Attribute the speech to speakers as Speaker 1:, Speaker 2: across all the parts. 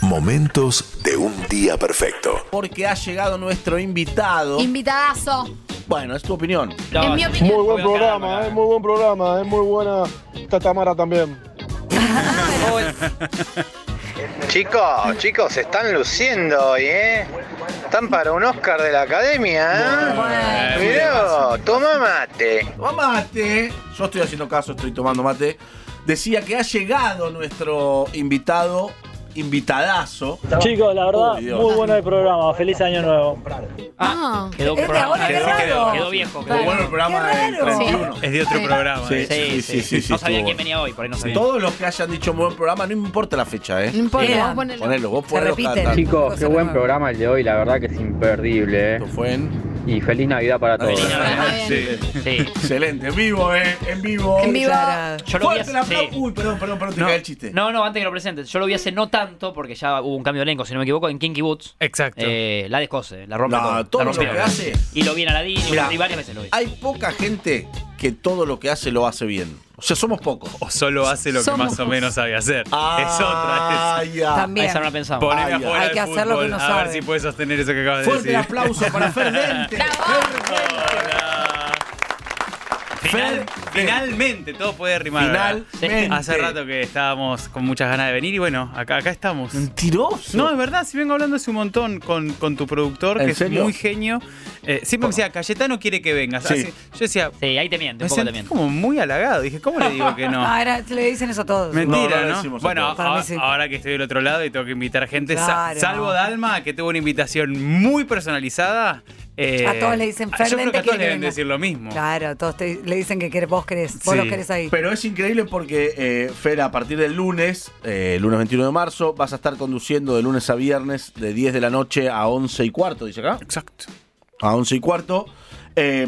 Speaker 1: Momentos de un día perfecto.
Speaker 2: Porque ha llegado nuestro invitado.
Speaker 3: Invitadazo.
Speaker 2: bueno, es tu opinión.
Speaker 3: En mi opinión.
Speaker 4: Muy buen
Speaker 5: Voy a quedar
Speaker 4: programa,
Speaker 5: acá.
Speaker 4: es muy buen programa, es muy buena Tatamara también.
Speaker 6: Chicos, chicos, se están luciendo hoy, ¿eh? Están para un Oscar de la academia, ¿eh? Mirá, vos, toma mate.
Speaker 2: Toma Mate. Yo estoy haciendo caso, estoy tomando mate. Decía que ha llegado nuestro invitado, invitadazo.
Speaker 7: Chicos, la verdad,
Speaker 2: Uy, Dios.
Speaker 7: muy bueno el programa. Feliz año nuevo.
Speaker 3: Ah,
Speaker 5: Quedó,
Speaker 8: Este
Speaker 5: programa,
Speaker 8: ahora
Speaker 5: quedó,
Speaker 8: quedó.
Speaker 5: quedó- quedó viejo. quedó
Speaker 2: Muy bueno el programa
Speaker 8: Qué
Speaker 2: del
Speaker 8: raro.
Speaker 2: 31.
Speaker 8: Sí.
Speaker 9: Es de otro
Speaker 3: Sí.
Speaker 9: programa.
Speaker 2: Sí,
Speaker 9: eh.
Speaker 2: sí, sí, sí, sí,
Speaker 5: no sabía
Speaker 2: estuvo.
Speaker 5: quién venía hoy, por ahí no sabía.
Speaker 2: Todos los que hayan dicho buen programa, no importa la fecha,
Speaker 3: no
Speaker 2: ¿eh?
Speaker 3: importa,
Speaker 8: Era.
Speaker 3: vos ponelo.
Speaker 2: Ponelo, vos
Speaker 8: Se
Speaker 2: ponelo
Speaker 8: repiten.
Speaker 2: cada tanto.
Speaker 8: Chicos, qué buen
Speaker 10: programa el de hoy, la verdad que es imperdible,
Speaker 2: Esto fue en...
Speaker 10: Y feliz Navidad para
Speaker 2: todos. Feliz Navidad.
Speaker 3: Está bien.
Speaker 9: Sí.
Speaker 5: Sí.
Speaker 2: Excelente, en vivo, ¿eh? En vivo.
Speaker 3: En vivo.
Speaker 5: Yo lo vi
Speaker 2: Fuerte
Speaker 5: hace,
Speaker 2: el aplauso.
Speaker 5: sí.
Speaker 2: Uy, perdón, perdón, perdón, te
Speaker 9: No.
Speaker 2: cae el chiste.
Speaker 5: No, no, antes que lo presentes. Yo lo vi hace no tanto, porque ya hubo un cambio de elenco, si no me equivoco, en Kinky Boots.
Speaker 9: Exacto.
Speaker 5: Eh, la descose, la rompe.
Speaker 2: No, todo
Speaker 5: la
Speaker 2: lo
Speaker 5: rompieron.
Speaker 2: que hace.
Speaker 5: Y lo vi en Aladín y,
Speaker 2: Mirá.
Speaker 5: y varias veces lo vi.
Speaker 2: Hay poca gente que todo lo que hace lo hace bien. O sea, somos pocos.
Speaker 9: O solo hace lo que
Speaker 3: Somos-
Speaker 9: más o menos sabe hacer. es
Speaker 2: Ah,
Speaker 9: otra.
Speaker 2: ya.
Speaker 5: Ahí
Speaker 8: También.
Speaker 5: esa no la pensaba.
Speaker 9: Es,
Speaker 2: Ay,
Speaker 9: poneme a jugar
Speaker 8: hay
Speaker 9: al
Speaker 8: que hacer lo que
Speaker 9: fútbol,
Speaker 8: uno
Speaker 9: A ver
Speaker 8: sabe.
Speaker 9: si puedes sostener eso que acabas de
Speaker 2: Fuerte el
Speaker 9: decir.
Speaker 2: aplauso para Ferdente.
Speaker 9: Hola. Final- finalmente, todo puede rimar.
Speaker 2: Final.
Speaker 9: ¿verdad? Hace rato que estábamos con muchas ganas de venir y bueno, acá, acá estamos.
Speaker 2: Mentiroso.
Speaker 9: No, es verdad, si vengo hablando hace un montón con, con tu productor,
Speaker 2: ¿En
Speaker 9: que
Speaker 2: serio?
Speaker 9: es muy genio. Eh, siempre me decía, Cayetano quiere que vengas.
Speaker 2: Sí.
Speaker 9: Así- yo decía,
Speaker 5: Sí, ahí te miente,
Speaker 9: me
Speaker 5: un poco te
Speaker 9: sentí
Speaker 5: miente.
Speaker 9: como muy halagado. Dije, ¿cómo le digo que no?
Speaker 8: Ahora Ah, le dicen eso a todos.
Speaker 2: No, no
Speaker 9: Mentira,
Speaker 2: lo
Speaker 9: ¿no?
Speaker 2: decimos
Speaker 9: Bueno,
Speaker 2: nosotros.
Speaker 8: Para mí
Speaker 9: ahora,
Speaker 8: sí.
Speaker 9: ahora que estoy del otro lado y tengo que invitar gente, sa-
Speaker 8: Claro.
Speaker 9: salvo Dalma, que tuvo una invitación muy personalizada. eh,
Speaker 8: A todos le dicen,
Speaker 9: Yo creo
Speaker 8: Fermente
Speaker 9: que a todos le
Speaker 8: quiere que
Speaker 9: deben
Speaker 8: venga".
Speaker 9: decir lo mismo.
Speaker 8: Claro, todos te- le dicen que querés- vos querés, vos
Speaker 9: Sí.
Speaker 8: lo querés ahí.
Speaker 2: Pero es increíble porque, eh, Fer, a partir del lunes, eh, lunes 21 de marzo, vas a estar conduciendo de lunes a viernes de 10 de la noche a 11 y cuarto, dice acá.
Speaker 9: Exacto.
Speaker 2: A 11 y cuarto. eh,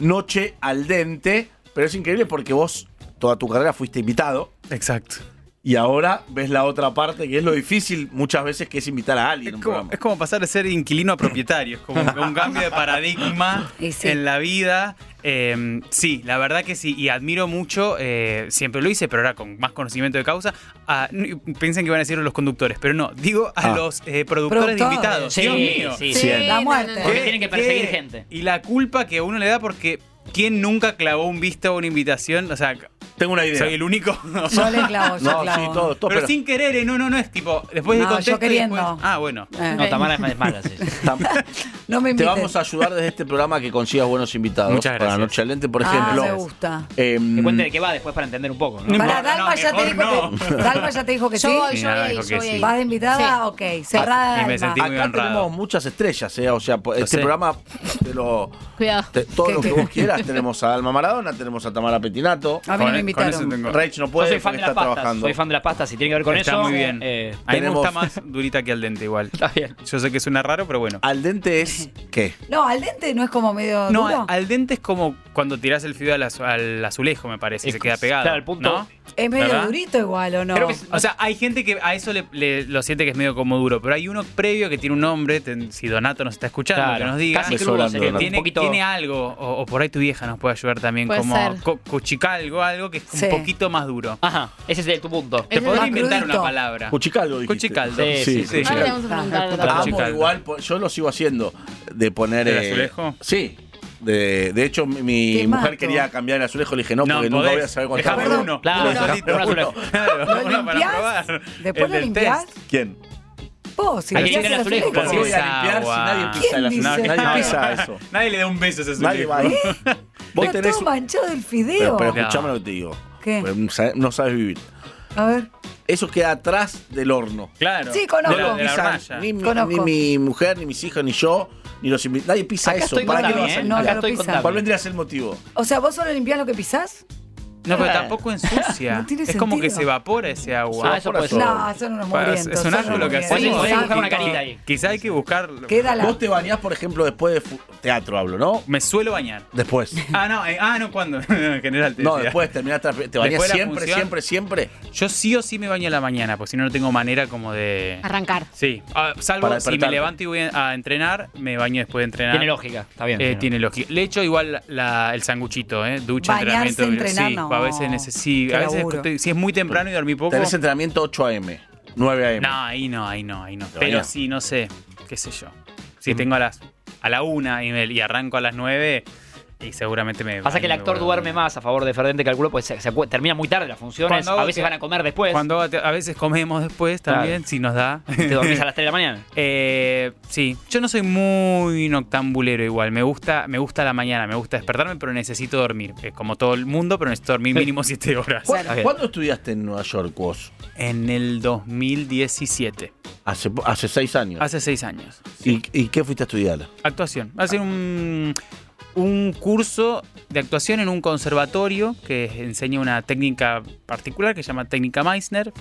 Speaker 2: noche al dente. Pero es increíble porque vos, toda tu carrera, fuiste invitado.
Speaker 9: Exacto.
Speaker 2: Y ahora ves la otra parte, que es lo difícil muchas veces que es invitar a alguien. a
Speaker 9: Es
Speaker 2: un
Speaker 9: como,
Speaker 2: programa.
Speaker 9: es como pasar de ser inquilino a propietario. Es como un cambio de paradigma
Speaker 8: Y sí.
Speaker 9: en la vida. Eh, sí, la verdad que sí. Y admiro mucho, eh, siempre lo hice, pero ahora con más conocimiento de causa. a- n- piensan que van a decir los conductores, pero no. Digo a
Speaker 2: Ah.
Speaker 9: los eh, productores, de
Speaker 8: Productores.
Speaker 9: invitados.
Speaker 5: Sí,
Speaker 9: Dios mío.
Speaker 5: sí,
Speaker 3: Sí,
Speaker 5: sí.
Speaker 2: Bien.
Speaker 8: La
Speaker 3: no,
Speaker 8: muerte.
Speaker 3: no, no.
Speaker 5: Porque tienen que perseguir gente.
Speaker 9: Y la culpa que uno le da porque ¿quién nunca clavó un visto a una invitación? O sea,
Speaker 2: Tengo una idea.
Speaker 9: soy el único.
Speaker 8: Yo le clavo, yo
Speaker 2: no,
Speaker 8: clavo.
Speaker 2: sí, todo, todo,
Speaker 9: pero,
Speaker 2: pero,
Speaker 9: sin querer, eh, no, no, no es tipo, después de
Speaker 8: No, yo
Speaker 9: contexto. y
Speaker 8: queriendo.
Speaker 9: después- ah, bueno.
Speaker 8: Eh,
Speaker 5: No, Tamara es mala, sí.
Speaker 2: tam-
Speaker 8: no me
Speaker 2: te
Speaker 8: inviten.
Speaker 2: vamos a ayudar desde este programa a que consigas buenos invitados.
Speaker 9: Muchas
Speaker 2: Para
Speaker 9: gracias.
Speaker 2: Noche al Dente, por
Speaker 8: Ah,
Speaker 2: ejemplo.
Speaker 8: me gusta.
Speaker 2: em,
Speaker 5: Que cuente de qué va después para entender un poco, ¿no?
Speaker 9: No
Speaker 8: Para
Speaker 9: importa,
Speaker 8: Dalma,
Speaker 9: no,
Speaker 8: ya te dijo
Speaker 9: mejor
Speaker 8: que, Dalma ya te dijo que
Speaker 3: Yo
Speaker 8: sí.
Speaker 3: voy,
Speaker 9: Sí,
Speaker 3: yo
Speaker 9: nada,
Speaker 3: voy,
Speaker 9: dijo
Speaker 3: yo
Speaker 9: que
Speaker 3: voy.
Speaker 9: sí.
Speaker 8: ¿Vas de invitada? Ok, cerrada.
Speaker 9: Y me
Speaker 8: Dalma.
Speaker 9: sentí muy
Speaker 2: acá
Speaker 9: honrado.
Speaker 2: tenemos muchas estrellas, ¿eh? O sea, po-
Speaker 9: Lo
Speaker 2: este
Speaker 9: sé.
Speaker 2: programa, te lo-
Speaker 3: Cuidado.
Speaker 2: te- todo
Speaker 8: ¿Qué,
Speaker 2: lo que
Speaker 8: qué?
Speaker 2: vos quieras. tenemos a Alma Maradona, tenemos a Tamara Petinato.
Speaker 8: A mí no
Speaker 9: Con-
Speaker 8: me
Speaker 9: con eso
Speaker 8: invitaron.
Speaker 9: tengo-
Speaker 2: Rach no
Speaker 5: Yo
Speaker 2: puede
Speaker 5: soy fan
Speaker 2: porque
Speaker 5: de
Speaker 2: está
Speaker 5: las pastas.
Speaker 2: trabajando.
Speaker 5: Soy fan de las pastas. Si tiene que ver con
Speaker 9: Está
Speaker 5: eso.
Speaker 9: muy bien.
Speaker 5: eh,
Speaker 9: A mí me
Speaker 2: tenemos-
Speaker 9: gusta más durita que al dente igual.
Speaker 5: está bien.
Speaker 9: Yo sé que suena raro, pero bueno.
Speaker 2: Al dente es. ¿Qué?
Speaker 8: No, al dente no es como medio
Speaker 9: No,
Speaker 8: duro.
Speaker 9: al- al dente es como cuando tirás el fideo al, azu- al azulejo, me parece, y
Speaker 5: Es
Speaker 9: se queda
Speaker 5: cos-
Speaker 9: pegado.
Speaker 5: claro, el punto-
Speaker 9: ¿no?
Speaker 8: es medio
Speaker 9: ¿verdad?
Speaker 8: durito igual, ¿o no?
Speaker 5: Creo que es-
Speaker 9: O sea, hay gente que a eso le, le- lo siente que es medio como duro, pero hay uno previo que tiene un nombre, ten- si Donato nos está escuchando,
Speaker 5: Claro.
Speaker 9: que nos diga.
Speaker 5: Casi
Speaker 2: Beso
Speaker 5: crudo
Speaker 2: grande,
Speaker 5: sería.
Speaker 2: Donato.
Speaker 5: Un
Speaker 9: tiene,
Speaker 5: poquito.
Speaker 9: tiene algo, o, o por ahí tu vieja nos puede ayudar también,
Speaker 3: Puede
Speaker 9: como
Speaker 3: ser.
Speaker 9: co- cuchicalgo, algo que es
Speaker 8: Sí.
Speaker 9: un poquito más duro.
Speaker 5: Ajá, ese es el, tu punto.
Speaker 9: Te
Speaker 3: es
Speaker 9: podría
Speaker 8: más
Speaker 9: inventar
Speaker 8: crudito.
Speaker 9: una palabra.
Speaker 2: Cuchicaldo, dijiste.
Speaker 9: Cuchicaldo.
Speaker 5: Ah. Sí, sí,
Speaker 3: Ahora
Speaker 5: sí.
Speaker 3: le
Speaker 2: Cuchicaldo.
Speaker 3: vamos a
Speaker 8: Ah,
Speaker 3: preguntar.
Speaker 9: Para
Speaker 2: Amo
Speaker 3: Dani.
Speaker 9: Cuchicaldo.
Speaker 2: igual, po- yo lo sigo haciendo, de poner...
Speaker 9: ¿El
Speaker 2: eh,
Speaker 9: azulejo?
Speaker 2: Sí. De, de hecho, mi- mi
Speaker 8: Te
Speaker 2: mujer
Speaker 8: mato.
Speaker 2: quería cambiar el azulejo, le dije no, porque nunca
Speaker 9: podés.
Speaker 2: voy a saber cuánto
Speaker 9: Dejame
Speaker 2: tarda.
Speaker 9: uno.
Speaker 5: Claro,
Speaker 9: uno
Speaker 5: no,
Speaker 9: solito.
Speaker 5: un azulejo.
Speaker 9: Claro,
Speaker 8: ¿Lo
Speaker 9: uno para
Speaker 8: limpiás?
Speaker 9: probar.
Speaker 8: ¿Después
Speaker 9: El
Speaker 8: lo
Speaker 9: del
Speaker 8: limpiás?
Speaker 9: test.
Speaker 2: ¿Quién?
Speaker 8: Vos, si
Speaker 5: Ahí
Speaker 8: le
Speaker 5: tiene
Speaker 8: echás
Speaker 5: el azulejo,
Speaker 8: azulejo.
Speaker 2: ¿Cómo voy a
Speaker 9: Esa
Speaker 2: limpiar
Speaker 9: agua.
Speaker 2: si nadie pisa, el
Speaker 8: ¿Quién
Speaker 2: azulejo?
Speaker 8: dice?
Speaker 2: Nadie
Speaker 8: No.
Speaker 2: pisa eso.
Speaker 9: Nadie le da un beso a ese
Speaker 2: Nadie
Speaker 9: azulejo.
Speaker 2: va ahí. Vos
Speaker 8: Está
Speaker 2: tenés...
Speaker 8: todo manchado del fideo.
Speaker 2: Pero, pero
Speaker 9: No.
Speaker 2: escuchame lo que te digo.
Speaker 8: ¿Qué?
Speaker 2: Porque no sabe- No sabes vivir.
Speaker 8: A ver.
Speaker 2: Eso queda atrás del horno.
Speaker 9: Claro.
Speaker 8: Sí, conozco.
Speaker 9: De la, de la
Speaker 2: Pisan
Speaker 9: hornalla.
Speaker 2: ni, mi-
Speaker 8: Conozco.
Speaker 2: ni mi mujer, ni mis hijos, ni yo, ni los invitados. Nadie pisa
Speaker 5: Acá
Speaker 2: eso.
Speaker 5: estoy
Speaker 2: ¿Para
Speaker 5: con
Speaker 2: qué lo
Speaker 5: Dami,
Speaker 2: hacen?
Speaker 5: ¿eh?
Speaker 8: No,
Speaker 5: Acá
Speaker 8: lo
Speaker 5: estoy
Speaker 8: pisa.
Speaker 5: con
Speaker 2: ¿Cuál
Speaker 5: Dami.
Speaker 2: vendría a ser el motivo?
Speaker 8: O sea, ¿vos solo limpiás lo que pisás?
Speaker 9: No, pero tampoco ensucia.
Speaker 8: No tiene
Speaker 9: es como que
Speaker 8: sentido.
Speaker 9: se evapora ese agua.
Speaker 5: Ah, eso
Speaker 2: Por
Speaker 5: puede
Speaker 2: eso.
Speaker 5: ser.
Speaker 8: No, son unos
Speaker 9: Para-
Speaker 8: mugrientos.
Speaker 9: es un
Speaker 8: son
Speaker 9: asco
Speaker 8: unos
Speaker 9: lo que
Speaker 8: mugrientos.
Speaker 9: hacemos.
Speaker 5: Podés buscar una
Speaker 9: Quizá-
Speaker 5: carita ahí.
Speaker 9: Quizá hay que buscar.
Speaker 8: Queda la...
Speaker 2: Vos te bañás, por ejemplo, después de fu- teatro, hablo, ¿no?
Speaker 9: Me suelo bañar.
Speaker 2: Después.
Speaker 9: Ah, no, eh, ah, no, ¿cuándo? en general te
Speaker 2: No,
Speaker 9: decía.
Speaker 2: después terminás. tra- Te bañás
Speaker 9: Después de la
Speaker 2: siempre,
Speaker 9: función.
Speaker 2: siempre, siempre.
Speaker 9: Yo sí o sí me baño a la mañana, porque si no, no tengo manera como de.
Speaker 3: Arrancar.
Speaker 9: Sí, Ah, salvo
Speaker 2: Para
Speaker 9: si me
Speaker 2: despertarte.
Speaker 9: levanto y voy a entrenar, me baño después de entrenar.
Speaker 5: Tiene lógica, está bien.
Speaker 9: Eh, tiene lógica. Le echo igual la- el sanguchito, ¿eh? Ducha,
Speaker 8: Bañarse,
Speaker 9: entrenamiento.
Speaker 8: entrenar,
Speaker 9: sí,
Speaker 8: no.
Speaker 9: a veces neces- sí,
Speaker 8: Qué
Speaker 9: a veces
Speaker 8: laburo.
Speaker 9: te- si es muy temprano y dormí poco.
Speaker 2: Tenés entrenamiento 8 a.m. 9 a.m.
Speaker 9: No, ahí no, ahí no, ahí no.
Speaker 2: ¿De
Speaker 9: Pero
Speaker 2: mañana?
Speaker 9: sí, no sé, qué sé yo.
Speaker 5: Em.
Speaker 9: Si tengo a las a la una y, me- y arranco a las nueve, y seguramente me.
Speaker 5: Pasa que el
Speaker 9: ahí me
Speaker 5: actor
Speaker 9: vuelvo a
Speaker 5: duerme
Speaker 9: dormir.
Speaker 5: más a favor de Ferdente, calculo, pues se, se acue- termina muy tarde las funciones,
Speaker 9: Cuando-
Speaker 5: a veces van a comer después,
Speaker 9: Cuando te- a veces comemos después
Speaker 5: pues.
Speaker 9: también,
Speaker 5: Claro.
Speaker 9: si nos da.
Speaker 5: te dormís a las 3 de la mañana.
Speaker 9: Eh, sí, yo no soy muy noctambulero igual. Me gusta, me gusta la mañana, me gusta despertarme, pero necesito dormir. Eh, como todo el mundo, pero necesito dormir mínimo 7 horas.
Speaker 2: ¿Cu-
Speaker 5: Claro.
Speaker 2: ¿Cuándo estudiaste en Nueva York vos?
Speaker 9: En el 2017,
Speaker 2: Hace, po- hace seis años.
Speaker 9: hace 6 años.
Speaker 2: ¿Y, y qué fuiste a estudiar?
Speaker 9: Actuación. Hacer un, un curso de actuación en un conservatorio que enseña una técnica particular que se llama técnica Meissner.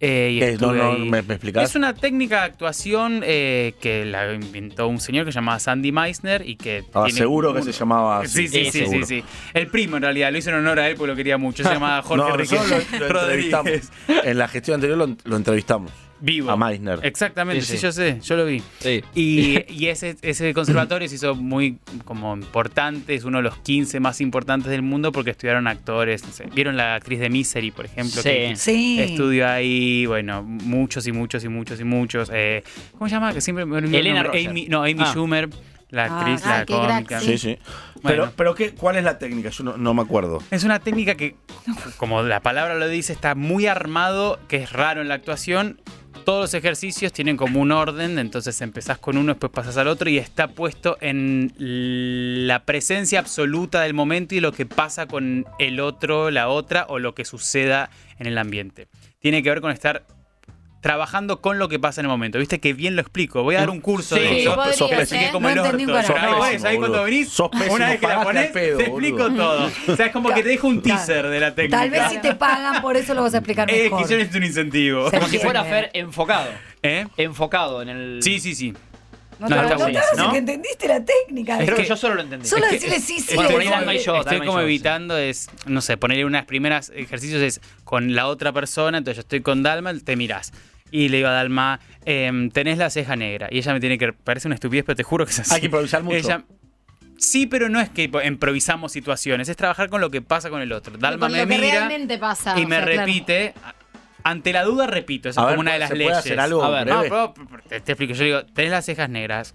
Speaker 9: eh, y
Speaker 2: ¿Qué es? No,
Speaker 9: estuve
Speaker 2: no,
Speaker 9: ahí.
Speaker 2: ¿Me, me explicás?
Speaker 9: Es una técnica de actuación eh, que la inventó un señor que se llamaba Sandy Meissner y que.
Speaker 2: Estaba
Speaker 9: tiene
Speaker 2: Ah, seguro
Speaker 9: un-
Speaker 2: que se llamaba así.
Speaker 9: Sí, sí, sí, sí,
Speaker 2: seguro.
Speaker 9: sí. El primo en realidad lo hizo en honor a él porque lo quería mucho. Se llamaba Jorge
Speaker 2: No, nosotros
Speaker 9: Enrique
Speaker 2: lo, lo
Speaker 9: Rodríguez.
Speaker 2: entrevistamos. En la gestión anterior lo, lo entrevistamos.
Speaker 9: Vivo.
Speaker 2: A Meissner.
Speaker 9: Exactamente,
Speaker 5: Sí,
Speaker 9: sí,
Speaker 5: sí.
Speaker 9: yo sé, yo lo vi.
Speaker 5: Sí.
Speaker 9: Y, y ese, ese conservatorio se hizo muy como importante, es uno de los 15 más importantes del mundo porque estudiaron actores. no sé. ¿Vieron la actriz de Misery, por ejemplo?
Speaker 5: Sí.
Speaker 9: Que
Speaker 8: Sí.
Speaker 9: Estudió ahí, bueno, muchos y muchos y muchos y muchos. eh, ¿Cómo se llama? Que siempre me olvido el
Speaker 5: Elena
Speaker 9: nombre.
Speaker 5: Roger.
Speaker 9: Amy, no, Amy
Speaker 5: Ah.
Speaker 9: Schumer, la
Speaker 8: Ah,
Speaker 9: actriz,
Speaker 3: ah,
Speaker 9: la
Speaker 3: qué
Speaker 9: cómica.
Speaker 3: gracia.
Speaker 2: Sí, sí. Pero,
Speaker 9: Bueno.
Speaker 2: pero ¿qué, ¿cuál es la técnica? Yo no, no me acuerdo.
Speaker 9: Es una técnica que, como la palabra lo dice, está muy armado, que es raro en la actuación. Todos los ejercicios tienen como un orden, entonces empezás con uno, después pasás al otro y está puesto en la presencia absoluta del momento y lo que pasa con el otro, la otra o lo que suceda en el ambiente. Tiene que ver con estar trabajando con lo que pasa en el momento. ¿Viste que bien lo explico? Voy a dar un curso
Speaker 5: Sí,
Speaker 9: de eso.
Speaker 3: podría
Speaker 2: sos
Speaker 3: ser.
Speaker 2: pésimo.
Speaker 9: Como
Speaker 8: No
Speaker 9: el orto.
Speaker 8: entendí un carajo.
Speaker 9: Ahí
Speaker 2: Sos
Speaker 9: ves,
Speaker 2: pésimo,
Speaker 9: ahí cuando
Speaker 2: boludo.
Speaker 9: venís,
Speaker 2: Sos pésimo,
Speaker 9: una vez que la
Speaker 2: pagaste
Speaker 9: pones,
Speaker 2: al pedo,
Speaker 9: te explico
Speaker 2: boludo.
Speaker 9: todo. O sea, es como que te dejo un
Speaker 8: Claro.
Speaker 9: teaser de la técnica.
Speaker 8: Tal vez si te pagan, por eso lo vas a explicar
Speaker 9: Eh,
Speaker 8: mejor.
Speaker 9: quizás es un incentivo.
Speaker 8: Sí.
Speaker 5: Como si fuera
Speaker 8: Bien.
Speaker 5: Fer enfocado,
Speaker 9: ¿Eh?
Speaker 5: enfocado en el...
Speaker 9: Sí, sí, sí. No,
Speaker 8: No, te,
Speaker 9: está
Speaker 8: no te
Speaker 9: buenísimo,
Speaker 8: hagas el
Speaker 9: ¿no?
Speaker 8: que entendiste la técnica.
Speaker 5: Creo que
Speaker 9: que-
Speaker 5: yo solo lo entendí.
Speaker 8: Solo
Speaker 9: es que-
Speaker 8: decirle sí, sí.
Speaker 5: Bueno,
Speaker 8: sí,
Speaker 5: por ahí
Speaker 8: sí.
Speaker 5: Dalma y yo.
Speaker 9: Estoy
Speaker 5: Dame
Speaker 9: como
Speaker 5: yo, sí.
Speaker 9: evitando es, no sé, ponerle unas primeras ejercicios es con la otra persona, entonces yo estoy con Dalma, te mirás. Y le digo a Dalma, em, tenés la ceja negra. Y ella me tiene que, parece una estupidez, pero te juro que es así.
Speaker 2: Hay que improvisar mucho.
Speaker 9: Ella- sí, pero no es que improvisamos situaciones, es trabajar con lo que pasa con el otro. Dalma
Speaker 3: Con
Speaker 9: me
Speaker 3: lo que
Speaker 9: mira
Speaker 3: realmente pasa.
Speaker 9: y
Speaker 3: o
Speaker 9: me
Speaker 3: sea, claro.
Speaker 9: repite, ante la duda repito, esa
Speaker 2: A
Speaker 9: es
Speaker 2: ver,
Speaker 9: como una de las
Speaker 2: ¿se puede
Speaker 9: leyes.
Speaker 2: hacer algo
Speaker 5: A ver,
Speaker 2: breve?
Speaker 9: No, pero, pero, pero, te, te explico. Yo digo, tenés las cejas negras.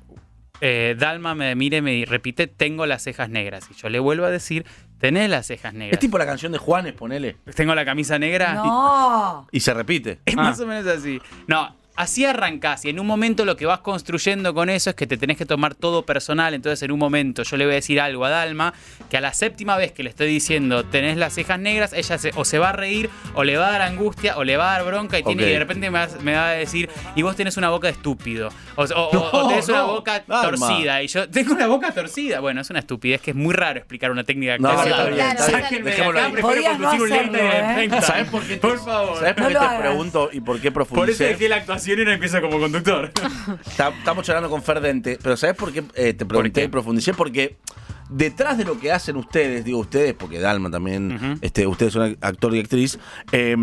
Speaker 9: Eh, Dalma me mira y me repite, tengo las cejas negras. Y yo le vuelvo a decir, tenés las cejas
Speaker 2: es
Speaker 9: negras.
Speaker 2: tipo la canción de Juanes, ponele.
Speaker 9: Tengo la camisa negra.
Speaker 8: No.
Speaker 2: Y se repite.
Speaker 9: Es más o menos así. No, así arrancás. Y en un momento lo que vas construyendo con eso es que te tenés que tomar todo personal. Entonces, en un momento yo le voy a decir algo a Dalma, que a la séptima vez que le estoy diciendo tenés las cejas negras, ella se- o se va a reír, o le va a dar angustia, o le va a dar bronca, y, tiene,
Speaker 2: Ok.
Speaker 9: y de repente me, vas- me va a decir, y vos tenés una boca de estúpido. O, o- o- o
Speaker 2: No,
Speaker 9: tenés una
Speaker 2: no,
Speaker 9: boca
Speaker 2: Dalma.
Speaker 9: torcida. Y yo, tengo una boca torcida. Bueno, es una estupidez que es muy raro explicar una técnica de
Speaker 2: No,
Speaker 9: actuación.
Speaker 2: está
Speaker 3: bien, está bien.
Speaker 9: Sáquenme de
Speaker 2: Dejémoslo
Speaker 9: acá,
Speaker 2: ahí.
Speaker 9: prefiero
Speaker 8: Podías no
Speaker 9: conducir un
Speaker 8: hacerlo,
Speaker 9: late
Speaker 8: ¿eh?
Speaker 9: de prensa.
Speaker 2: ¿Sabés por qué te,
Speaker 9: Por favor.
Speaker 2: ¿sabés por
Speaker 8: No
Speaker 2: qué
Speaker 8: lo
Speaker 2: te
Speaker 8: hagas.
Speaker 2: pregunto y por qué
Speaker 9: Por eso
Speaker 2: profundicé?
Speaker 9: dejé la actuación y no empiezo como conductor.
Speaker 2: Está- Estamos charlando con Ferdente, pero ¿sabés por qué eh, te pregunté
Speaker 9: qué?
Speaker 2: y profundicé? Porque detrás de lo que hacen ustedes, digo ustedes, porque Dalma también,
Speaker 9: Ujú.
Speaker 2: este, ustedes son actor y actriz, eh,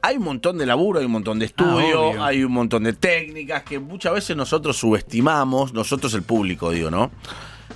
Speaker 2: hay un montón de laburo, hay un montón de estudio,
Speaker 9: Ah, obvio.
Speaker 2: hay un montón de técnicas que muchas veces nosotros subestimamos, nosotros el público, digo, ¿no?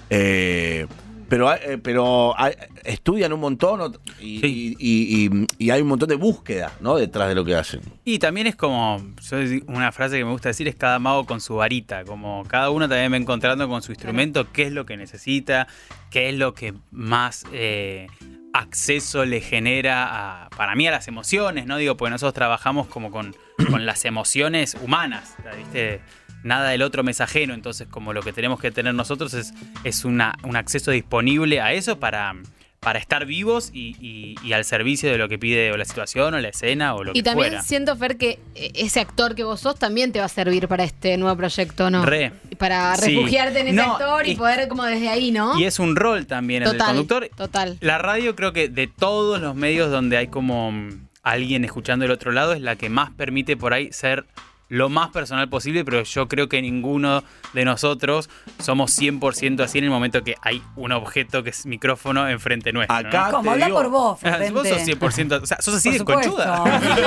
Speaker 2: Eh, pero hay- eh, pero hay- estudian un montón o- y, y-
Speaker 9: Sí.
Speaker 2: y- y- y hay un montón de búsqueda, ¿no? Detrás de lo que hacen.
Speaker 9: Y también es como, yo digo- una frase que me gusta decir es cada mago con su varita, como cada uno también va encontrando con su instrumento qué es lo que necesita, qué es lo que más eh, acceso le genera a- para mí a las emociones, ¿no? Digo, porque nosotros trabajamos como con, con las emociones humanas, ¿viste? Nada del otro mensajero, entonces como lo que tenemos que tener nosotros es, es una- un acceso disponible a eso para, para estar vivos y, y- y al servicio de lo que pide o la situación o la escena o lo
Speaker 3: Y
Speaker 9: que
Speaker 3: también
Speaker 9: fuera.
Speaker 3: siento, Fer, que eh, ese actor que vos sos también te va a servir para este nuevo proyecto, ¿no?
Speaker 9: Re.
Speaker 3: Y Para
Speaker 9: Sí.
Speaker 3: refugiarte en ese
Speaker 9: No,
Speaker 3: actor y
Speaker 9: y-
Speaker 3: poder como desde ahí, ¿no?
Speaker 9: Y es un rol también el del
Speaker 3: total,
Speaker 9: conductor.
Speaker 3: total.
Speaker 9: La radio creo que de todos los medios donde hay como mm, alguien escuchando del otro lado es la que más permite por ahí ser lo más personal posible, pero yo creo que ninguno de nosotros somos 100% así en el momento que hay un objeto que es micrófono enfrente nuestro. ¿no?
Speaker 2: Acá
Speaker 8: Como
Speaker 2: te
Speaker 8: habla
Speaker 2: digo-
Speaker 8: por vos,
Speaker 9: Ah, Vos sos
Speaker 8: Ferrente.
Speaker 9: 100%, o sea, sos así
Speaker 8: Por
Speaker 9: de
Speaker 8: supuesto.
Speaker 9: conchuda.
Speaker 8: Sí,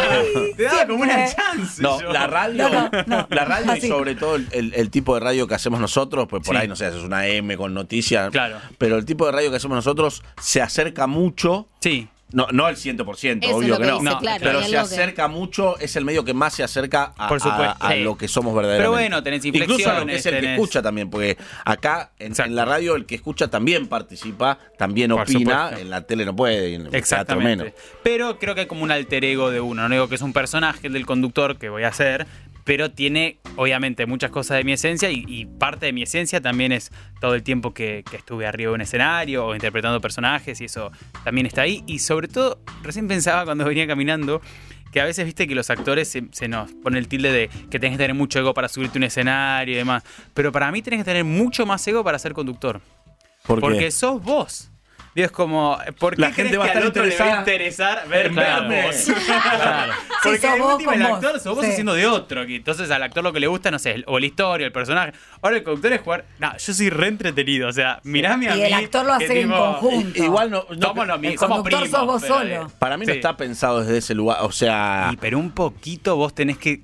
Speaker 9: Te daba como una
Speaker 8: siempre.
Speaker 9: chance.
Speaker 2: No,
Speaker 9: yo.
Speaker 2: la radio,
Speaker 8: No, no, no.
Speaker 2: La radio
Speaker 8: Así.
Speaker 2: y sobre todo el, el- el tipo de radio que hacemos nosotros, pues por
Speaker 9: Sí.
Speaker 2: ahí, no sé, es una M con noticias.
Speaker 9: Claro.
Speaker 2: Pero el tipo de radio que hacemos nosotros se acerca mucho
Speaker 9: Sí.
Speaker 2: No, no el 100%,
Speaker 3: Eso es
Speaker 2: obvio
Speaker 3: lo
Speaker 2: que,
Speaker 3: que
Speaker 2: no.
Speaker 3: dice,
Speaker 9: No,
Speaker 3: claro,
Speaker 2: pero
Speaker 3: hay
Speaker 2: se
Speaker 3: algo que-
Speaker 2: acerca mucho, es el medio que más se acerca a,
Speaker 9: Por supuesto,
Speaker 2: a- a
Speaker 5: sí.
Speaker 2: lo que somos verdaderamente.
Speaker 9: Pero bueno, tenés
Speaker 2: Incluso a lo que
Speaker 9: inflexiones,
Speaker 2: es el que
Speaker 9: tenés-
Speaker 2: escucha también, porque acá en,
Speaker 9: Exacto.
Speaker 2: en la radio el que escucha también participa, también
Speaker 9: Por
Speaker 2: opina,
Speaker 9: supuesto.
Speaker 2: en la tele no puede, y en el teatro menos.
Speaker 9: Exactamente. Pero creo que hay como un alter ego de uno. No digo que es un personaje el del conductor que voy a hacer, pero tiene obviamente muchas cosas de mi esencia y, y parte de mi esencia también es todo el tiempo que, que estuve arriba de un escenario o interpretando personajes y eso también está ahí. Y sobre todo, recién pensaba cuando venía caminando. Que a veces viste que los actores se, se nos pone el tilde de que tenés que tener mucho ego para subirte a un escenario y demás. Pero para mí tenés que tener mucho más ego para ser conductor.
Speaker 2: ¿Por qué?
Speaker 9: Porque sos vos. Dios, como, ¿por qué
Speaker 2: La gente
Speaker 9: crees
Speaker 2: va a
Speaker 9: que al
Speaker 2: estar
Speaker 9: otro le va a interesar verme a
Speaker 5: Claro.
Speaker 9: vos?
Speaker 8: Sí,
Speaker 9: Porque
Speaker 8: sos
Speaker 9: al
Speaker 8: vos
Speaker 9: último
Speaker 8: con
Speaker 9: el
Speaker 8: vos.
Speaker 9: actor sos vos
Speaker 8: Sí.
Speaker 9: haciendo de otro. que Entonces al actor lo que le gusta, no sé, o la historia, el personaje. Ahora el conductor es jugar. No, yo soy re entretenido. O sea, mirame a
Speaker 8: Y
Speaker 9: mí.
Speaker 8: el actor lo
Speaker 9: que
Speaker 8: hace en
Speaker 9: tipo,
Speaker 8: conjunto.
Speaker 2: Igual no, no-
Speaker 9: Somos lo
Speaker 8: El
Speaker 9: mismo. Somos
Speaker 8: conductor
Speaker 9: primos.
Speaker 8: sos vos
Speaker 9: pero,
Speaker 8: solo.
Speaker 9: eh,
Speaker 2: para mí no
Speaker 9: sí.
Speaker 2: está pensado desde ese lugar, o sea...
Speaker 9: Y, pero un poquito vos tenés que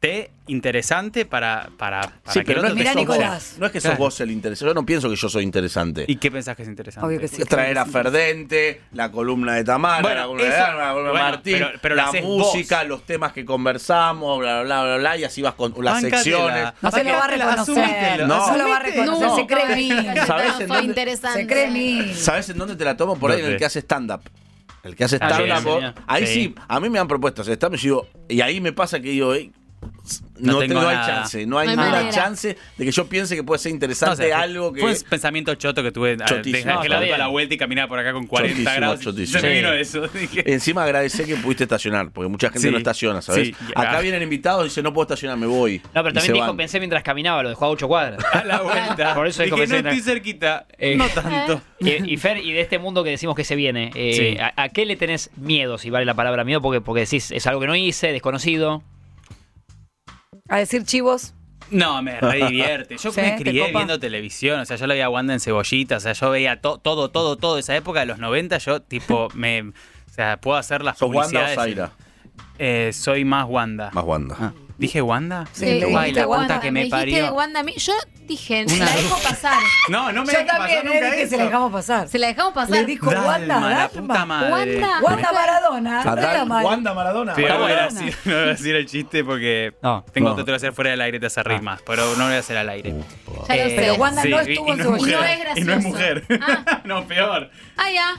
Speaker 9: creerte interesante para, para, para
Speaker 2: sí,
Speaker 9: que
Speaker 2: pero
Speaker 9: el
Speaker 2: no
Speaker 9: otro
Speaker 2: es que
Speaker 9: te
Speaker 8: Mirá,
Speaker 2: sos vos.
Speaker 8: Nicolás.
Speaker 2: No es que sos
Speaker 9: Claro.
Speaker 2: vos el interesante. Yo no pienso que yo soy interesante.
Speaker 9: ¿Y qué pensás que es interesante?
Speaker 8: Obvio que sí.
Speaker 2: traer a
Speaker 8: Sí.
Speaker 2: Ferdente, la columna de Tamara,
Speaker 9: Bueno,
Speaker 2: la columna de
Speaker 9: eso-
Speaker 2: Dana, la columna de
Speaker 9: bueno,
Speaker 2: Martín,
Speaker 9: pero- pero la
Speaker 2: la
Speaker 9: haces
Speaker 2: música,
Speaker 9: vos.
Speaker 2: los temas que conversamos, bla, bla, bla, bla, bla, y así vas con las
Speaker 9: Bancátela.
Speaker 2: secciones.
Speaker 8: No se lo va a
Speaker 9: Bancátela,
Speaker 8: reconocer.
Speaker 9: asumítelo,
Speaker 8: No, se lo va a
Speaker 9: asumite.
Speaker 8: reconocer.
Speaker 3: No.
Speaker 8: Se cree mil.
Speaker 2: ¿Sabés
Speaker 3: No,
Speaker 2: en
Speaker 3: soy
Speaker 2: dónde-
Speaker 3: interesante.
Speaker 8: Se cree mil.
Speaker 2: ¿Sabes en dónde te la tomo? Por ahí en el
Speaker 9: ¿Dónde?
Speaker 2: que hace stand-up. El que hace
Speaker 5: Ah, sí,
Speaker 2: stand-up.
Speaker 5: sí,
Speaker 2: vos-
Speaker 5: sí.
Speaker 2: ahí sí.
Speaker 9: Sí.
Speaker 2: a mí me han propuesto hacer stand-up y yo digo- y ahí me pasa que digo, "Ey, no,
Speaker 9: No
Speaker 2: te-
Speaker 9: tengo
Speaker 2: no hay
Speaker 9: nada.
Speaker 2: chance, no hay
Speaker 3: No hay
Speaker 2: ninguna
Speaker 3: manera.
Speaker 2: chance de que yo piense que puede ser
Speaker 9: No,
Speaker 2: interesante
Speaker 9: o sea,
Speaker 2: algo que.
Speaker 9: Fue un pensamiento choto que tuve. a-
Speaker 2: Chotísimo.
Speaker 9: Dejé que
Speaker 5: No,
Speaker 9: la
Speaker 5: está
Speaker 9: auto a la
Speaker 5: bien.
Speaker 9: vuelta y caminar por acá con 40
Speaker 2: Chotísimo,
Speaker 9: grados.
Speaker 2: chotísimo.
Speaker 9: Se me
Speaker 5: Sí.
Speaker 9: vino eso. Dije,
Speaker 2: Encima agradecer que pudiste estacionar, porque mucha gente
Speaker 9: Sí.
Speaker 2: no estaciona, ¿sabes?
Speaker 9: Sí.
Speaker 2: Acá
Speaker 9: Ah.
Speaker 2: vienen invitados y dicen, no puedo estacionar, me voy.
Speaker 5: No, pero
Speaker 2: Y
Speaker 5: también
Speaker 2: se
Speaker 5: dijo,
Speaker 2: van.
Speaker 5: pensé mientras caminaba, lo dejó a 8 cuadras.
Speaker 9: a la vuelta.
Speaker 5: Por eso dijo
Speaker 9: Dije,
Speaker 5: que
Speaker 9: no
Speaker 5: se-
Speaker 9: estoy cerquita.
Speaker 5: Eh.
Speaker 9: No tanto.
Speaker 5: Y, y Fer, y de este mundo que decimos que se viene, eh,
Speaker 9: Sí.
Speaker 5: ¿a, a qué le tenés miedo, si vale la palabra miedo? Porque, porque decís, es algo que no hice, desconocido.
Speaker 8: A decir chivos.
Speaker 9: No, me redivierte. Yo
Speaker 8: Sí,
Speaker 9: me
Speaker 8: ¿te
Speaker 9: crié
Speaker 8: copa?
Speaker 9: viendo televisión. O sea, yo la veía a Wanda en cebollita. O sea, yo veía to- todo, todo, todo. Esa época de los 90, yo, tipo, me. O sea, puedo hacer las
Speaker 2: ¿Sos Wanda o
Speaker 9: publicidades.
Speaker 2: Zaira?
Speaker 9: Eh, soy más
Speaker 5: Ah.
Speaker 9: Wanda.
Speaker 2: Más Wanda.
Speaker 9: ¿Dije Wanda?
Speaker 8: Sí, le dijiste
Speaker 9: Ay, la
Speaker 8: Wanda,
Speaker 9: puta que me
Speaker 3: dijiste
Speaker 9: parió.
Speaker 3: Wanda a mí. Yo dije, se
Speaker 9: Una-
Speaker 3: la dejo pasar.
Speaker 9: No, no me
Speaker 8: Yo
Speaker 9: dejes pasar
Speaker 8: también,
Speaker 9: nunca
Speaker 8: eh, dije, se
Speaker 9: eso.
Speaker 8: la dejamos pasar.
Speaker 3: Se la dejamos pasar.
Speaker 8: Le dijo
Speaker 9: Dalma,
Speaker 8: Wanda,
Speaker 9: la
Speaker 8: Dalma.
Speaker 9: puta madre.
Speaker 3: Wanda.
Speaker 8: Wanda Maradona.
Speaker 2: A
Speaker 8: no
Speaker 2: Dal-
Speaker 8: está mal.
Speaker 2: Maradona.
Speaker 9: Sí, no, voy a
Speaker 8: Maradona.
Speaker 9: decir, no voy a decir el chiste porque
Speaker 5: No.
Speaker 9: tengo
Speaker 2: No.
Speaker 9: otro que hacer fuera del aire y te hace reír más, pero no lo voy a hacer al aire.
Speaker 3: Ya lo
Speaker 5: Eh,
Speaker 3: sé.
Speaker 8: Pero Wanda
Speaker 9: Sí,
Speaker 8: no
Speaker 9: y-
Speaker 8: estuvo
Speaker 9: y
Speaker 8: en
Speaker 9: no es
Speaker 8: su
Speaker 9: mujer.
Speaker 3: No es
Speaker 9: Y no es
Speaker 3: gracioso.
Speaker 9: mujer.
Speaker 3: Ah.
Speaker 9: no, peor.
Speaker 3: Ah, ya.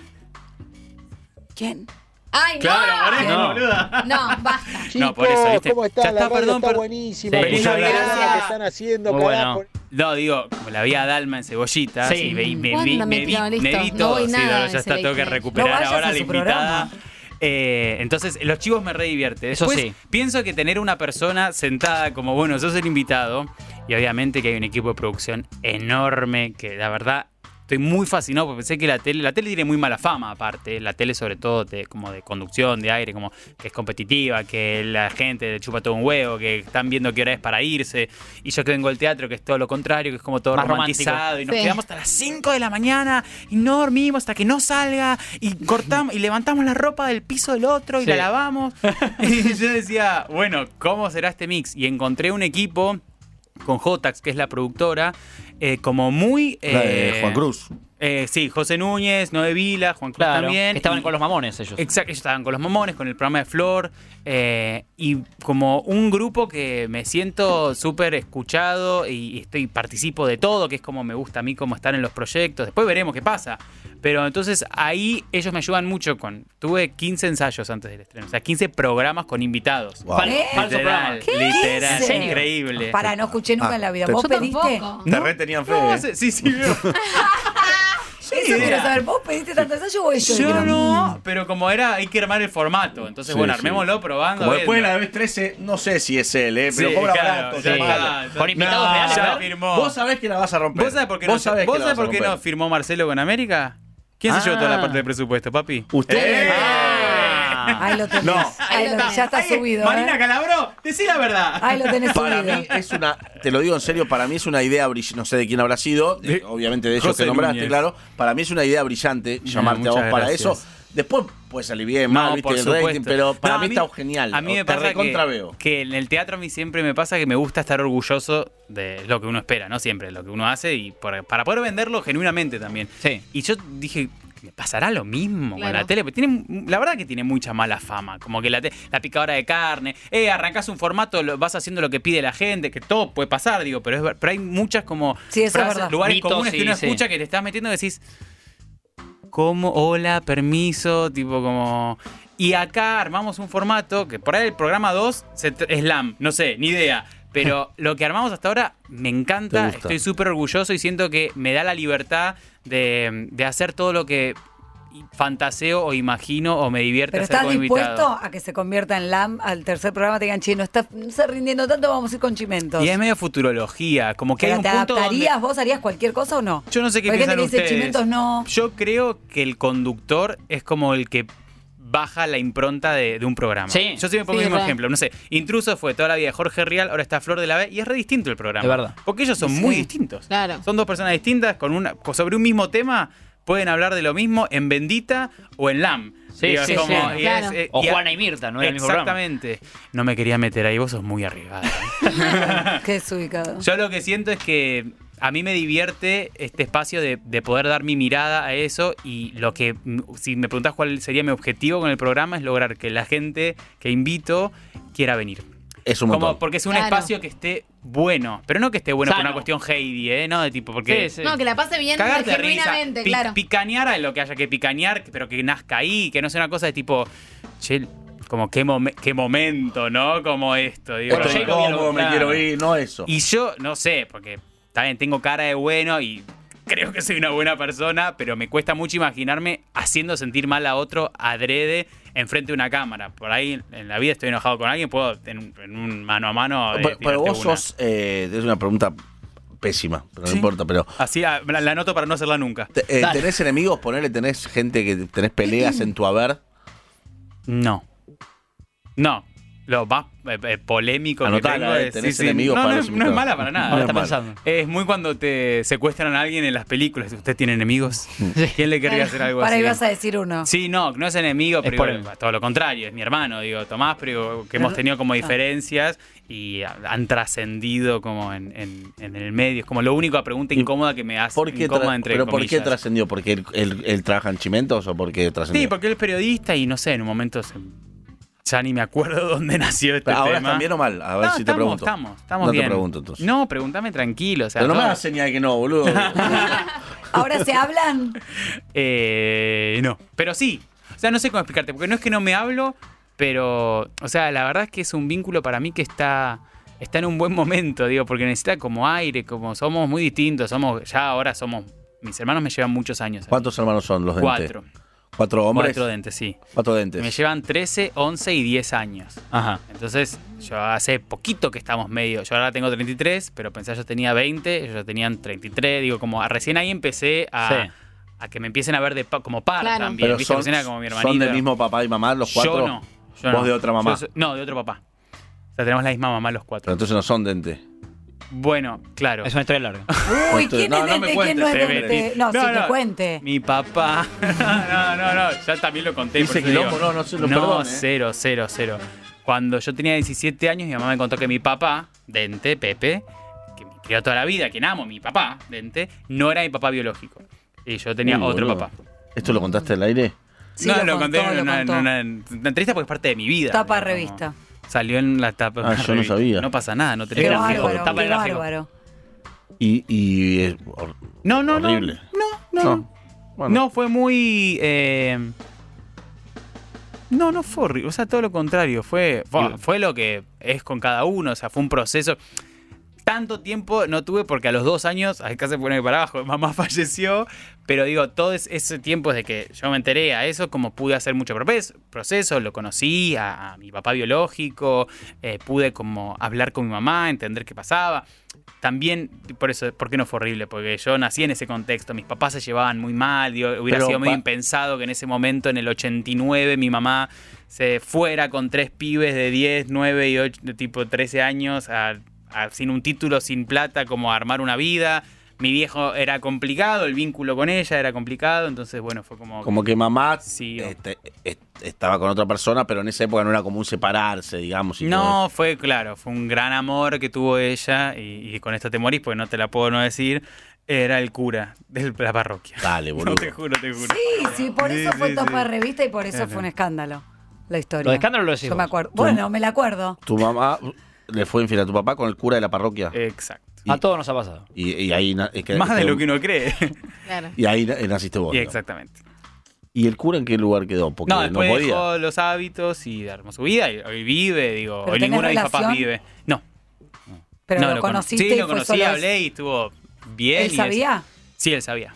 Speaker 8: ¿Quién?
Speaker 3: Ay,
Speaker 9: Claro, por
Speaker 3: no.
Speaker 9: eso,
Speaker 5: No.
Speaker 9: boluda.
Speaker 3: No, basta.
Speaker 9: No, por eso, ¿viste?
Speaker 4: ¿Cómo está?
Speaker 9: Ya
Speaker 4: la
Speaker 9: está,
Speaker 4: radio
Speaker 9: perdón,
Speaker 4: está
Speaker 9: perdón.
Speaker 4: buenísima.
Speaker 5: Sí.
Speaker 4: Feliz
Speaker 9: Muchas
Speaker 4: Navidad
Speaker 8: gracias.
Speaker 4: que están haciendo,
Speaker 5: Muy bueno.
Speaker 4: carajo.
Speaker 9: No, digo, como la vi a Dalma en cebollita,
Speaker 5: Sí.
Speaker 9: sí, me, me
Speaker 3: Wanda
Speaker 9: vi,
Speaker 3: me
Speaker 9: me vi,
Speaker 3: tiró, listo.
Speaker 9: me vi
Speaker 3: No
Speaker 9: todo.
Speaker 3: voy
Speaker 9: sí,
Speaker 3: nada
Speaker 9: no,
Speaker 3: a
Speaker 9: ya
Speaker 3: ese
Speaker 9: está, tengo que
Speaker 3: dije.
Speaker 8: No
Speaker 9: recuperar
Speaker 8: vayas
Speaker 9: ahora
Speaker 8: a
Speaker 9: la
Speaker 8: su
Speaker 9: invitada.
Speaker 8: programa.
Speaker 9: Eh, entonces, los chivos me redivierte.
Speaker 5: Eso
Speaker 9: Después,
Speaker 5: sí.
Speaker 9: Pienso que tener una persona sentada como, bueno, sos el invitado, y obviamente que hay un equipo de producción enorme que la verdad estoy muy fascinado porque pensé que la tele, la tele tiene muy mala fama aparte, la tele sobre todo de, como de conducción, de aire, como que es competitiva, que la gente le chupa todo un huevo, que están viendo qué hora es para irse, y yo que vengo del teatro que es todo lo contrario, que es como todo
Speaker 5: Más romántico.
Speaker 9: romantizado y nos
Speaker 3: Sí.
Speaker 9: quedamos hasta las 5 de la mañana y no dormimos hasta que no salga y cortamos y levantamos la ropa del piso del otro y
Speaker 5: Sí.
Speaker 9: la lavamos. y yo decía, bueno, ¿cómo será este mix? Y encontré un equipo con Jotax, que es la productora, eh, como muy...
Speaker 2: La de
Speaker 9: eh,
Speaker 2: Juan Cruz.
Speaker 9: eh, sí, José Núñez, Noé Vila, Juan Cruz
Speaker 5: Claro,
Speaker 9: también.
Speaker 5: que estaban
Speaker 9: y-
Speaker 5: con los mamones ellos.
Speaker 9: Exacto, ellos estaban con los mamones, con el programa de Flor, eh, y como un grupo que me siento súper escuchado y, y estoy participo de todo, que es como me gusta a mí como estar en los proyectos. Después veremos qué pasa. Pero entonces ahí ellos me ayudan mucho con... Tuve 15 ensayos antes del estreno, o sea, 15 programas con invitados.
Speaker 2: Wow.
Speaker 5: Fal-
Speaker 8: ¿Eh?
Speaker 5: Falso programa.
Speaker 9: Literal, literal,
Speaker 8: ¿Quince?
Speaker 9: increíble.
Speaker 8: Para, no escuché nunca
Speaker 2: Ah,
Speaker 8: en la vida.
Speaker 2: te-
Speaker 8: ¿Vos
Speaker 3: Yo
Speaker 8: pediste?
Speaker 3: tampoco.
Speaker 2: Te re tenían fe.
Speaker 9: No,
Speaker 2: eh.
Speaker 9: sí, sí, veo.
Speaker 8: Eso quiero saber. ¿Vos pediste tanto ensayo o ellos?
Speaker 9: Yo
Speaker 8: dijeron?
Speaker 9: no, pero como era, hay que armar el formato. Entonces,
Speaker 2: Sí,
Speaker 9: bueno,
Speaker 2: sí.
Speaker 9: armémoslo probando.
Speaker 2: Como después de
Speaker 9: viendo.
Speaker 2: la vez 13, no sé si es él, ¿eh? pero
Speaker 9: Sí,
Speaker 2: cobra
Speaker 9: claro,
Speaker 2: barato,
Speaker 9: ya
Speaker 5: Sí.
Speaker 2: llamalo.
Speaker 9: está.
Speaker 5: Con invitados
Speaker 9: No,
Speaker 5: reales,
Speaker 9: ya
Speaker 5: ¿no?
Speaker 9: firmó.
Speaker 2: Vos sabés que la vas a romper.
Speaker 9: ¿Vos sabés por qué,
Speaker 2: Vos
Speaker 9: no,
Speaker 2: sabés
Speaker 9: vos
Speaker 2: que la
Speaker 9: sabés
Speaker 2: vas a
Speaker 9: por qué no
Speaker 2: romper.
Speaker 9: firmó Marcelo con América? ¿Quién
Speaker 5: Ah.
Speaker 9: se llevó toda la parte del presupuesto, papi? Eh.
Speaker 2: Usted.
Speaker 5: Ah.
Speaker 8: Ahí lo tenés.
Speaker 2: No.
Speaker 8: Ahí lo tenés. Ya está
Speaker 9: Ahí es-
Speaker 8: subido.
Speaker 9: Marina
Speaker 8: ¿eh?
Speaker 9: Calabró, decí la verdad.
Speaker 8: Ahí lo tenés
Speaker 2: Para
Speaker 8: subido.
Speaker 2: mí es una, te lo digo en serio, para mí es una idea brillante, no sé de quién habrá sido,
Speaker 9: De-
Speaker 2: eh, obviamente de ellos
Speaker 9: José
Speaker 2: que nombraste,
Speaker 9: Núñez.
Speaker 2: claro, para mí es una idea brillante
Speaker 9: Bien,
Speaker 2: llamarte a vos
Speaker 9: muchas
Speaker 2: para
Speaker 9: gracias.
Speaker 2: eso. Después puede salir bien, mal, viste, el rating, pero para
Speaker 9: No,
Speaker 2: mí,
Speaker 9: a
Speaker 2: está genial.
Speaker 9: A mí me
Speaker 2: te
Speaker 9: pasa
Speaker 2: recontra
Speaker 9: que,
Speaker 2: veo.
Speaker 9: que en el teatro a mí siempre me pasa que me gusta estar orgulloso de lo que uno espera, ¿no? Siempre, lo que uno hace y por- para poder venderlo genuinamente también.
Speaker 5: Sí.
Speaker 9: Y yo dije, ¿me pasará lo mismo con
Speaker 3: Claro.
Speaker 9: la tele? Porque tiene, la verdad que tiene mucha mala fama. Como que la, te- la picadora de carne, eh, arrancás un formato, lo- vas haciendo lo que pide la gente, que todo puede pasar, digo, pero, es, ver- pero hay muchas como
Speaker 8: Sí, eso es verdad.
Speaker 9: lugares
Speaker 5: Mitos,
Speaker 9: comunes
Speaker 5: sí,
Speaker 9: que uno
Speaker 5: sí.
Speaker 9: escucha que te estás metiendo y decís, ¿cómo? Hola, permiso, tipo como... Y acá armamos un formato que por ahí el programa 2 se tr- es LAM, no sé, ni idea. Pero lo que armamos hasta ahora me encanta,
Speaker 2: Te gusta.
Speaker 9: estoy súper orgulloso y siento que me da la libertad de, de hacer todo lo que fantaseo o imagino o me divierte
Speaker 8: Pero
Speaker 9: hacer
Speaker 8: estás
Speaker 9: como invitado.
Speaker 8: dispuesto a que se convierta en LAM al tercer programa, te digan, che, no estás no estás rindiendo tanto, vamos a ir con chimentos.
Speaker 9: Y es medio futurología, como que hay
Speaker 8: Pero
Speaker 9: un
Speaker 8: ¿Te
Speaker 9: punto donde-
Speaker 8: adaptarías? ¿Vos harías cualquier cosa o no?
Speaker 9: Yo no sé qué
Speaker 8: Porque hay gente
Speaker 9: piensan
Speaker 8: que dice
Speaker 9: ustedes.
Speaker 8: chimentos no.
Speaker 9: Yo creo que el conductor es como el que baja la impronta de, de un programa.
Speaker 5: Sí.
Speaker 9: Yo siempre pongo
Speaker 3: Sí,
Speaker 9: el mismo
Speaker 3: re.
Speaker 9: ejemplo. No sé, Intruso fue toda la vida de Jorge Rial, ahora está Flor de la B y es re distinto el programa.
Speaker 5: Es verdad.
Speaker 9: Porque ellos son
Speaker 8: Sí.
Speaker 9: muy distintos.
Speaker 3: Claro.
Speaker 9: Son dos personas distintas con una co- sobre un mismo tema. Pueden hablar de lo mismo en Bendita o en LAM.
Speaker 5: Sí,
Speaker 9: Digo,
Speaker 5: sí,
Speaker 9: es como-
Speaker 5: sí,
Speaker 9: y
Speaker 3: claro.
Speaker 9: es- eh,
Speaker 5: O
Speaker 9: a-
Speaker 5: Juana y Mirta, no era el mismo programa.
Speaker 9: Exactamente. No me quería meter ahí, vos sos muy arriesgada. ¿eh?
Speaker 8: Qué desubicado.
Speaker 9: Yo lo que siento es que a mí me divierte este espacio de, de poder dar mi mirada a eso y lo que, mm, si me preguntás cuál sería mi objetivo con el programa, es lograr que la gente que invito quiera venir.
Speaker 2: Es un
Speaker 9: Como
Speaker 2: montón.
Speaker 9: porque es un
Speaker 3: Claro.
Speaker 9: espacio que esté bueno, pero no que esté bueno por
Speaker 5: Sano.
Speaker 9: una cuestión Heidi, ¿eh? No, de tipo, porque...
Speaker 5: Sí, sí.
Speaker 3: No, que la pase bien
Speaker 9: Cagarte de risa,
Speaker 3: genuinamente,
Speaker 9: pi-
Speaker 3: claro.
Speaker 9: picanear a lo que haya que picanear, pero que nazca ahí, que no sea una cosa de tipo, che, como qué, mome- qué momento, ¿no? Como esto. digo.
Speaker 5: Bueno,
Speaker 2: Estoy
Speaker 5: ya lo había
Speaker 2: incómodo, me
Speaker 5: logrado.
Speaker 2: quiero ir, no eso.
Speaker 9: Y yo, no sé, porque también tengo cara de bueno y creo que soy una buena persona, pero me cuesta mucho imaginarme haciendo sentir mal a otro adrede enfrente de una cámara. Por ahí en la vida estoy enojado con alguien, puedo en, en un mano a mano. eh,
Speaker 2: pero, pero
Speaker 9: tirarte
Speaker 2: vos
Speaker 9: una.
Speaker 2: sos. eh, es una pregunta pésima, pero no importa, pero.
Speaker 9: Así ah, la, la anoto para no hacerla nunca.
Speaker 2: te- eh,
Speaker 5: Dale.
Speaker 2: ¿Tenés enemigos? Ponele, tenés gente que tenés peleas en tu haber.
Speaker 9: No. No. Lo más eh, eh, polémico que
Speaker 2: Anotala,
Speaker 9: tengo
Speaker 2: eh,
Speaker 9: es.
Speaker 2: tenés
Speaker 9: sí, sí.
Speaker 2: enemigos
Speaker 9: no,
Speaker 2: para
Speaker 9: no,
Speaker 2: eso,
Speaker 9: es- no es
Speaker 2: Gustavo.
Speaker 9: mala para
Speaker 5: Ahora
Speaker 2: No
Speaker 9: nada.
Speaker 5: está
Speaker 2: mal.
Speaker 5: pensando.
Speaker 9: Es muy cuando te secuestran a alguien en las películas. ¿Usted tiene enemigos? ¿Quién le querría hacer algo
Speaker 8: Para
Speaker 9: así?
Speaker 8: ahí vas a decir uno.
Speaker 9: Sí, no, no es enemigo, pero
Speaker 5: por
Speaker 9: digo,
Speaker 5: él.
Speaker 9: todo lo contrario, es mi hermano, digo, Tomás, pero que hemos tenido como diferencias y ha- han trascendido como en, en- en el medio. Es como lo único pregunta incómoda que me hace.
Speaker 2: ¿Por qué
Speaker 9: incómoda,
Speaker 2: tra-
Speaker 9: entre
Speaker 2: ¿Pero por qué
Speaker 9: comillas.
Speaker 2: trascendió? ¿Porque él, él- él trabaja en Chimentos o por qué trascendió?
Speaker 9: Sí, porque él es periodista y no sé, en un momento se- ya ni me acuerdo dónde nació este
Speaker 2: Pero ahora
Speaker 9: tema.
Speaker 2: están bien o mal, a ver
Speaker 9: No,
Speaker 2: si te
Speaker 9: estamos,
Speaker 2: pregunto.
Speaker 9: Estamos, estamos
Speaker 2: no
Speaker 9: bien.
Speaker 2: te pregunto entonces.
Speaker 9: No, pregúntame tranquilo. O sea,
Speaker 2: Pero no me
Speaker 9: todo-
Speaker 2: hagas señal de que no, boludo.
Speaker 8: Ahora se hablan.
Speaker 9: Eh, no. Pero sí. O sea, no sé cómo explicarte, porque no es que no me hablo, pero. O sea, la verdad es que es un vínculo para mí que está. Está en un buen momento, digo, porque necesita como aire, como somos muy distintos, somos, ya ahora somos, mis hermanos me llevan muchos años.
Speaker 2: ¿Cuántos hermanos son los dentes?
Speaker 9: Cuatro.
Speaker 2: ¿Cuatro hombres?
Speaker 9: Cuatro dentes, sí.
Speaker 2: Cuatro dentes.
Speaker 9: Me llevan 13, 11 y 10 años.
Speaker 5: Ajá.
Speaker 9: Entonces, yo hace poquito que estamos medio. Yo ahora tengo 33, pero pensé yo tenía 20, ellos ya tenían 33. Digo, como a- recién ahí empecé a,
Speaker 5: Sí.
Speaker 9: a que me empiecen a ver de pa- como par
Speaker 3: Claro.
Speaker 9: también.
Speaker 2: Pero
Speaker 9: ¿viste?
Speaker 2: son,
Speaker 9: Recién era como mi hermanito.
Speaker 2: ¿Son del mismo papá y mamá los cuatro?
Speaker 9: Yo no. yo
Speaker 2: ¿Vos
Speaker 9: no.
Speaker 2: de otra mamá?
Speaker 9: Yo soy- no, de otro papá. O sea, tenemos la misma mamá los
Speaker 2: Pero
Speaker 9: cuatro.
Speaker 2: entonces no son dentes.
Speaker 9: Bueno, claro.
Speaker 5: Es una historia larga.
Speaker 8: Uy,
Speaker 2: Cuente.
Speaker 8: ¿quién
Speaker 2: No,
Speaker 8: es
Speaker 2: no
Speaker 8: dente
Speaker 2: me
Speaker 8: y quién
Speaker 2: cuente,
Speaker 8: no es
Speaker 2: se ve.
Speaker 8: dente? No,
Speaker 9: No,
Speaker 8: sí, que
Speaker 9: no.
Speaker 8: cuente.
Speaker 9: Mi papá. no, no, no. Ya también lo conté.
Speaker 2: Dice
Speaker 9: por eso
Speaker 2: quilombo,
Speaker 9: digo.
Speaker 2: no, no se lo
Speaker 9: No,
Speaker 2: perdone, ¿eh?
Speaker 9: cero, cero, cero. Cuando yo tenía 17 años, mi mamá me contó que mi papá, Dente, Pepe, que me crió toda la vida, quien amo, mi papá, Dente, no era mi papá biológico. Y yo tenía
Speaker 2: Uy,
Speaker 9: otro
Speaker 2: boludo.
Speaker 9: papá.
Speaker 2: ¿Esto lo contaste al aire?
Speaker 8: Sí,
Speaker 9: no,
Speaker 8: lo
Speaker 9: lo,
Speaker 8: contó,
Speaker 9: conté en
Speaker 8: lo
Speaker 9: una, en
Speaker 8: contó.
Speaker 9: una- en una entrevista porque es parte de mi vida.
Speaker 8: Tapa
Speaker 9: Como-
Speaker 8: revista.
Speaker 9: Salió en la tapa. de
Speaker 2: Ah,
Speaker 9: una
Speaker 2: yo no
Speaker 9: revista.
Speaker 2: sabía.
Speaker 9: No pasa nada, no
Speaker 8: Qué
Speaker 9: tenés
Speaker 5: gráfico,
Speaker 8: bárbaro,
Speaker 5: tapa
Speaker 8: qué
Speaker 5: el gráfico.
Speaker 8: bárbaro.
Speaker 2: Y, y es hor-
Speaker 9: No, no, no.
Speaker 2: horrible.
Speaker 9: No, no.
Speaker 2: No. Bueno.
Speaker 9: No, fue muy. eh, No, no fue horrible. O sea, todo lo contrario. Fue, fue, fue lo que es con cada uno. O sea, fue un proceso. Tanto tiempo no tuve porque a los dos años, acá se pone para abajo, mamá falleció. Pero digo, todo es- ese tiempo desde que yo me enteré a eso, como pude hacer mucho propes- proceso, lo conocí a, a mi papá biológico, eh, pude como hablar con mi mamá, entender qué pasaba también, por eso, ¿por qué no fue horrible? Porque yo nací en ese contexto, mis papás se llevaban muy mal, digo, hubiera
Speaker 2: Pero
Speaker 9: sido medio
Speaker 2: pa-
Speaker 9: impensado que en ese momento, en el 89, mi mamá se fuera con tres pibes de 10, 9 y 8, de tipo 13 años, a- a- sin un título, sin plata, como a armar una vida. Mi viejo era complicado, el vínculo con ella era complicado, entonces bueno, fue como...
Speaker 2: Como que mamá
Speaker 9: Sí, o-
Speaker 2: este, est- estaba con otra persona, pero en esa época no era común separarse, digamos. y todo
Speaker 9: No, pues fue claro, fue un gran amor que tuvo ella y, y con esto te morís porque no te la puedo no decir. Era el cura de la parroquia.
Speaker 2: Dale, boludo.
Speaker 9: No, te juro, te juro.
Speaker 8: Sí, sí, por eso
Speaker 9: Sí,
Speaker 8: fue
Speaker 9: sí,
Speaker 8: top
Speaker 9: sí.
Speaker 8: de revista y por eso
Speaker 9: Ajá.
Speaker 8: fue un escándalo la historia.
Speaker 5: Lo de escándalo lo decís
Speaker 8: Yo me
Speaker 5: vos.
Speaker 8: acuerdo. Bueno, me la acuerdo.
Speaker 2: Tu mamá le fue infiel a tu papá con el cura de la parroquia.
Speaker 9: Exacto.
Speaker 5: A todos nos ha pasado.
Speaker 2: Y, y ahí na- es que-
Speaker 9: Más de
Speaker 2: que-
Speaker 9: lo que uno cree.
Speaker 3: Claro.
Speaker 2: Y ahí na- naciste vos.
Speaker 9: Y
Speaker 2: digamos.
Speaker 9: exactamente.
Speaker 2: ¿Y el cura en qué lugar quedó? Porque
Speaker 9: No,
Speaker 2: no,
Speaker 9: después
Speaker 2: podía.
Speaker 9: dejó los hábitos y armó su vida. Y hoy vive, digo.
Speaker 8: ¿Pero
Speaker 9: Hoy
Speaker 8: tenés
Speaker 9: ninguno de mis papás
Speaker 8: relación?
Speaker 9: vive. No.
Speaker 8: Pero
Speaker 9: no,
Speaker 8: lo,
Speaker 9: cono-
Speaker 8: conociste
Speaker 9: Sí,
Speaker 8: y
Speaker 9: lo
Speaker 8: fue
Speaker 9: conocí,
Speaker 8: solo.
Speaker 9: hablé y estuvo bien. y
Speaker 8: ¿Él
Speaker 9: es-
Speaker 8: sabía?
Speaker 9: Sí, él sabía.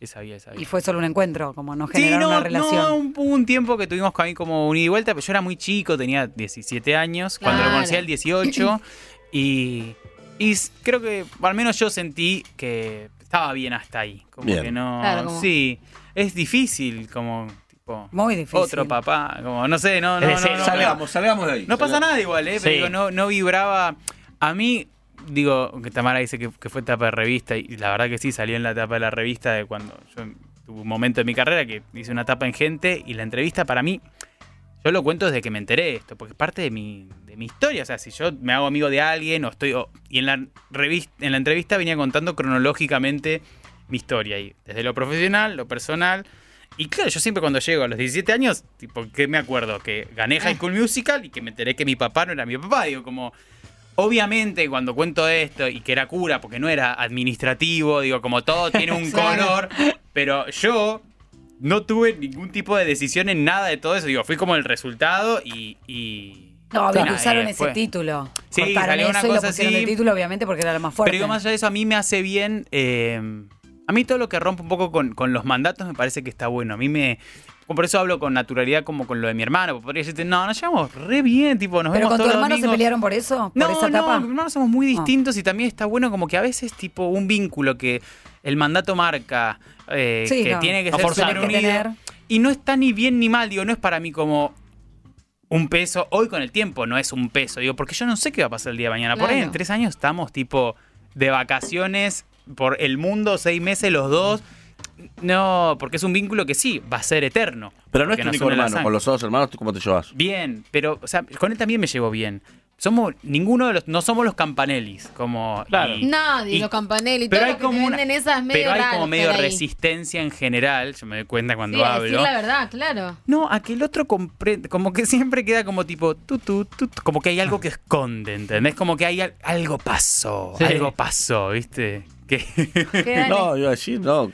Speaker 9: Él sabía, él sabía.
Speaker 8: Y fue solo un encuentro, como no
Speaker 9: Sí,
Speaker 8: generar
Speaker 9: no,
Speaker 8: una
Speaker 9: no,
Speaker 8: relación.
Speaker 9: un, hubo un tiempo que tuvimos ahí como un ida y vuelta, pero yo era muy chico, tenía 17 años, cuando lo
Speaker 3: Claro.
Speaker 9: conocí al 18, y, y s- creo que al menos yo sentí que estaba bien hasta ahí, como
Speaker 2: Bien.
Speaker 9: que no,
Speaker 3: Claro, como-
Speaker 9: sí, es difícil, como tipo,
Speaker 8: Muy difícil.
Speaker 9: otro papá, como no sé, no, no,
Speaker 5: Desde
Speaker 9: no,
Speaker 5: cero.
Speaker 9: no,
Speaker 5: Salgamos,
Speaker 9: no.
Speaker 2: Eh, salgamos de ahí.
Speaker 9: No pasa nada igual, ¿eh? Pero
Speaker 5: Sí.
Speaker 9: digo, no, no vibraba. A mí, digo, que Tamara dice que, que fue tapa de revista, y la verdad que sí, salió en la tapa de la revista de cuando yo tuve un momento de mi carrera que hice una tapa en gente, y la entrevista para mí, yo lo cuento desde que me enteré de esto, porque es parte de mi, de mi historia. O sea, si yo me hago amigo de alguien o estoy. o- y en la, revista, en la entrevista venía contando cronológicamente mi historia ahí, desde lo profesional, lo personal. Y claro, yo siempre cuando llego a los 17 años, tipo, ¿qué me acuerdo? Que gané High School Musical y que me enteré que mi papá no era mi papá. Digo, como, obviamente cuando cuento esto y que era cura, porque no era administrativo, digo, como todo tiene un color, pero yo no tuve ningún tipo de decisión en nada de todo eso. Digo, fui como el resultado y... y
Speaker 8: No,
Speaker 9: y
Speaker 8: pero
Speaker 9: nada,
Speaker 8: usaron
Speaker 9: y
Speaker 8: ese
Speaker 9: después-
Speaker 8: título.
Speaker 9: Sí,
Speaker 8: Cortaron
Speaker 9: salió una
Speaker 8: eso y
Speaker 9: cosa
Speaker 8: lo pusieron
Speaker 9: así.
Speaker 8: el título, obviamente, porque era lo más fuerte.
Speaker 9: Pero digo, más allá de eso, a mí me hace bien. eh, a mí todo lo que rompe un poco con, con los mandatos me parece que está bueno. A mí me. Por eso hablo con naturalidad, como con lo de mi hermano. porque Podría decirte, no, nos llevamos re bien, tipo, nos
Speaker 8: ¿Pero
Speaker 9: vemos
Speaker 8: con tu
Speaker 9: todos los
Speaker 8: hermano se
Speaker 9: domingos.
Speaker 8: pelearon por eso? ¿Por esa
Speaker 9: no,
Speaker 8: etapa? Ah.
Speaker 9: con mi hermano somos muy distintos y también está bueno como que a veces tipo un vínculo que el mandato marca, eh,
Speaker 8: Sí,
Speaker 9: que
Speaker 8: no.
Speaker 9: tiene que
Speaker 8: No
Speaker 9: ser
Speaker 8: forzar.
Speaker 9: súper
Speaker 8: Tiene que
Speaker 9: unido.
Speaker 8: tener.
Speaker 9: Y no está ni bien ni mal, digo, no es para mí como un peso, hoy con el tiempo no es un peso, digo, porque yo no sé qué va a pasar el día de mañana. Por ahí en
Speaker 3: Claro.
Speaker 9: tres años estamos tipo de vacaciones por el mundo, seis meses los dos. No, porque es un vínculo que sí, va a ser eterno.
Speaker 2: Pero no
Speaker 9: porque
Speaker 2: es tu
Speaker 9: nos
Speaker 2: único
Speaker 9: une la
Speaker 2: hermano.
Speaker 9: sangre.
Speaker 2: Con los otros hermanos, ¿tú ¿cómo te llevas?
Speaker 9: Bien, pero, o sea, con él también me llevo bien. Somos, ninguno de los, no somos los campanellis, como...
Speaker 5: Claro.
Speaker 3: Nadie,
Speaker 9: y-
Speaker 3: lo campanelli,
Speaker 9: pero
Speaker 3: todo
Speaker 9: hay
Speaker 3: lo que
Speaker 9: como
Speaker 3: te
Speaker 9: una-
Speaker 3: venden esas es medio
Speaker 9: pero hay
Speaker 3: raro
Speaker 9: como medio
Speaker 3: estar ahí.
Speaker 9: resistencia en general, yo me doy cuenta cuando
Speaker 3: Sí, a
Speaker 9: hablo.
Speaker 3: decir la verdad, claro.
Speaker 9: No, a que el otro comprende, como que siempre queda como tipo, tu, tu, tu, tu, como que hay algo que esconde, ¿entendés? Como que hay al- algo pasó,
Speaker 5: Ah. Sí.
Speaker 9: algo pasó, ¿viste? Que,
Speaker 3: ¿Qué, dale?
Speaker 2: No, iba a decir, no.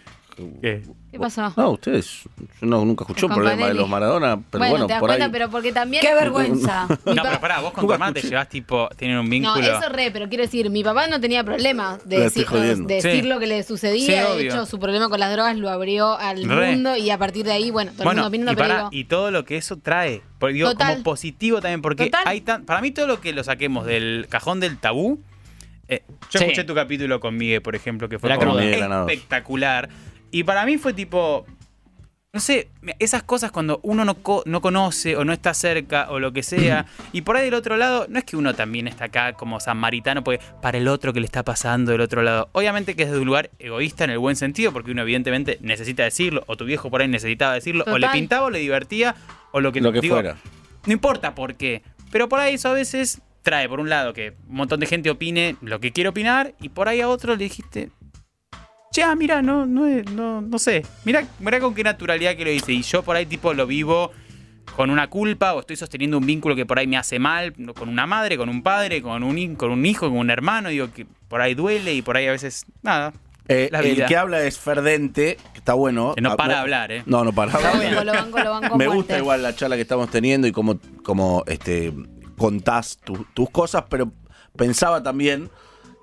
Speaker 9: que-
Speaker 3: ¿Qué pasó?
Speaker 2: No, ustedes. Yo no- nunca escuché
Speaker 3: Los
Speaker 2: un problema de
Speaker 3: Campanelli.
Speaker 2: los Maradona, pero
Speaker 3: bueno,
Speaker 2: bueno,
Speaker 3: te das
Speaker 2: por
Speaker 3: cuenta,
Speaker 2: ahí.
Speaker 3: pero porque también.
Speaker 8: ¡Qué vergüenza!
Speaker 3: Mi
Speaker 9: No,
Speaker 3: pa-
Speaker 9: pero pará, vos con tu
Speaker 2: Nunca
Speaker 9: hermano te
Speaker 2: escuché.
Speaker 9: llevas tipo, tienen un
Speaker 3: No,
Speaker 9: vínculo.
Speaker 3: eso re, pero quiero decir, mi papá no tenía problema de
Speaker 2: La
Speaker 3: decir,
Speaker 2: estoy jodiendo.
Speaker 3: de decir
Speaker 9: Sí.
Speaker 3: lo que le sucedía.
Speaker 9: Sí,
Speaker 3: de
Speaker 9: obvio.
Speaker 3: hecho, su problema con las drogas lo abrió al
Speaker 9: Re.
Speaker 3: mundo y a partir de ahí, bueno, todo
Speaker 9: bueno,
Speaker 3: el mundo opinando,
Speaker 9: y,
Speaker 3: pero
Speaker 9: pará,
Speaker 3: digo,
Speaker 9: y todo lo que eso trae, porque digo, como
Speaker 3: Total.
Speaker 9: positivo también, porque
Speaker 3: Total.
Speaker 9: hay tan, para mí todo lo que lo saquemos del cajón del tabú, eh, yo
Speaker 5: Sí.
Speaker 9: escuché tu capítulo con Miguel, por ejemplo, que fue
Speaker 5: La
Speaker 9: como
Speaker 5: cruda.
Speaker 2: Miguel Granados.
Speaker 9: espectacular, y para mí fue tipo, no sé, me- esas cosas cuando uno no, co- no conoce o no está cerca o lo que sea, y por ahí del otro lado, no es que uno también está acá como samaritano, porque para el otro que le está pasando del otro lado, obviamente que es de un lugar egoísta en el buen sentido, porque uno evidentemente necesita decirlo, o tu viejo por ahí necesitaba decirlo, o le
Speaker 3: Total.
Speaker 9: pintaba o le divertía, o lo que,
Speaker 2: Lo que
Speaker 9: digo,
Speaker 2: fuera.
Speaker 9: No importa por qué, pero por ahí eso a veces trae, por un lado, que un montón de gente opine lo que quiere opinar, y por ahí a otro le dijiste, ya, mira, no, no, es- no, no sé. Mira, mira con qué naturalidad que lo dice. Y yo por ahí tipo lo vivo con una culpa o estoy sosteniendo un vínculo que por ahí me hace mal con una madre, con un padre, con un, hi- con un hijo, con un hermano. Digo que por ahí duele y por ahí a veces nada.
Speaker 2: Eh,
Speaker 9: la
Speaker 2: el
Speaker 9: vida.
Speaker 2: que habla es Ferdente, que está bueno.
Speaker 9: Que no para de
Speaker 2: Ah,
Speaker 9: hablar, ¿eh?
Speaker 2: No, no para de
Speaker 3: lo
Speaker 2: hablar.
Speaker 3: banco, lo banco, lo banco. a
Speaker 2: Me
Speaker 3: muerte.
Speaker 2: gusta igual la charla que estamos teniendo y cómo, cómo, este, contás tu- tus cosas, pero pensaba también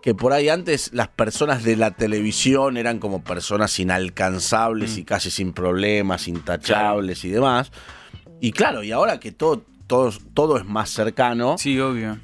Speaker 2: que por ahí antes las personas de la televisión eran como personas inalcanzables y casi sin problemas, intachables y demás. Y claro, y ahora que todo, todo, todo es más cercano,
Speaker 9: Sí, obvio.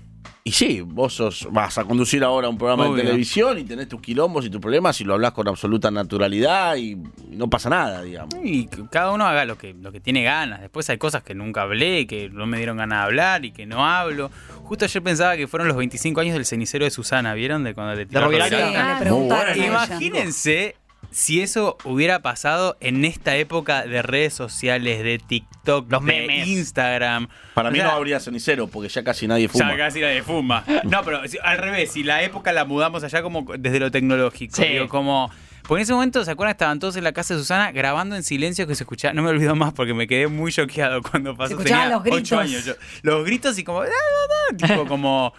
Speaker 2: y sí, vos sos, vas a conducir ahora un programa
Speaker 9: Obvio.
Speaker 2: de televisión y tenés tus quilombos y tus problemas y lo hablas con absoluta naturalidad y no pasa nada, digamos.
Speaker 9: Y que cada uno haga lo que, lo que tiene ganas. Después hay cosas que nunca hablé, que no me dieron ganas de hablar y que no hablo. Justo ayer pensaba que fueron los 25 años del cenicero de Susana, ¿vieron? De cuando le tiró
Speaker 5: Rovirata?
Speaker 8: Sí,
Speaker 9: Rovirata.
Speaker 8: le preguntaron. a ella.
Speaker 9: Imagínense si eso hubiera pasado en esta época de redes sociales, de TikTok,
Speaker 5: Los
Speaker 9: de
Speaker 5: memes.
Speaker 9: Instagram.
Speaker 2: Para
Speaker 9: O
Speaker 2: mí
Speaker 9: sea,
Speaker 2: no habría cenicero, porque ya casi nadie
Speaker 9: ya
Speaker 2: fuma.
Speaker 9: casi nadie fuma. No, pero si- al revés, si la época la mudamos allá como desde lo tecnológico.
Speaker 5: Sí.
Speaker 9: Digo, como. Porque en ese momento, ¿se acuerdan? Estaban todos en la casa de Susana grabando en silencio que se escuchaba. No me olvido más porque me quedé muy choqueado cuando pasó.
Speaker 8: escuchaban
Speaker 9: Tenía
Speaker 8: los gritos.
Speaker 9: ocho años. yo. Los gritos y como. "Ah, ah, ah", tipo como.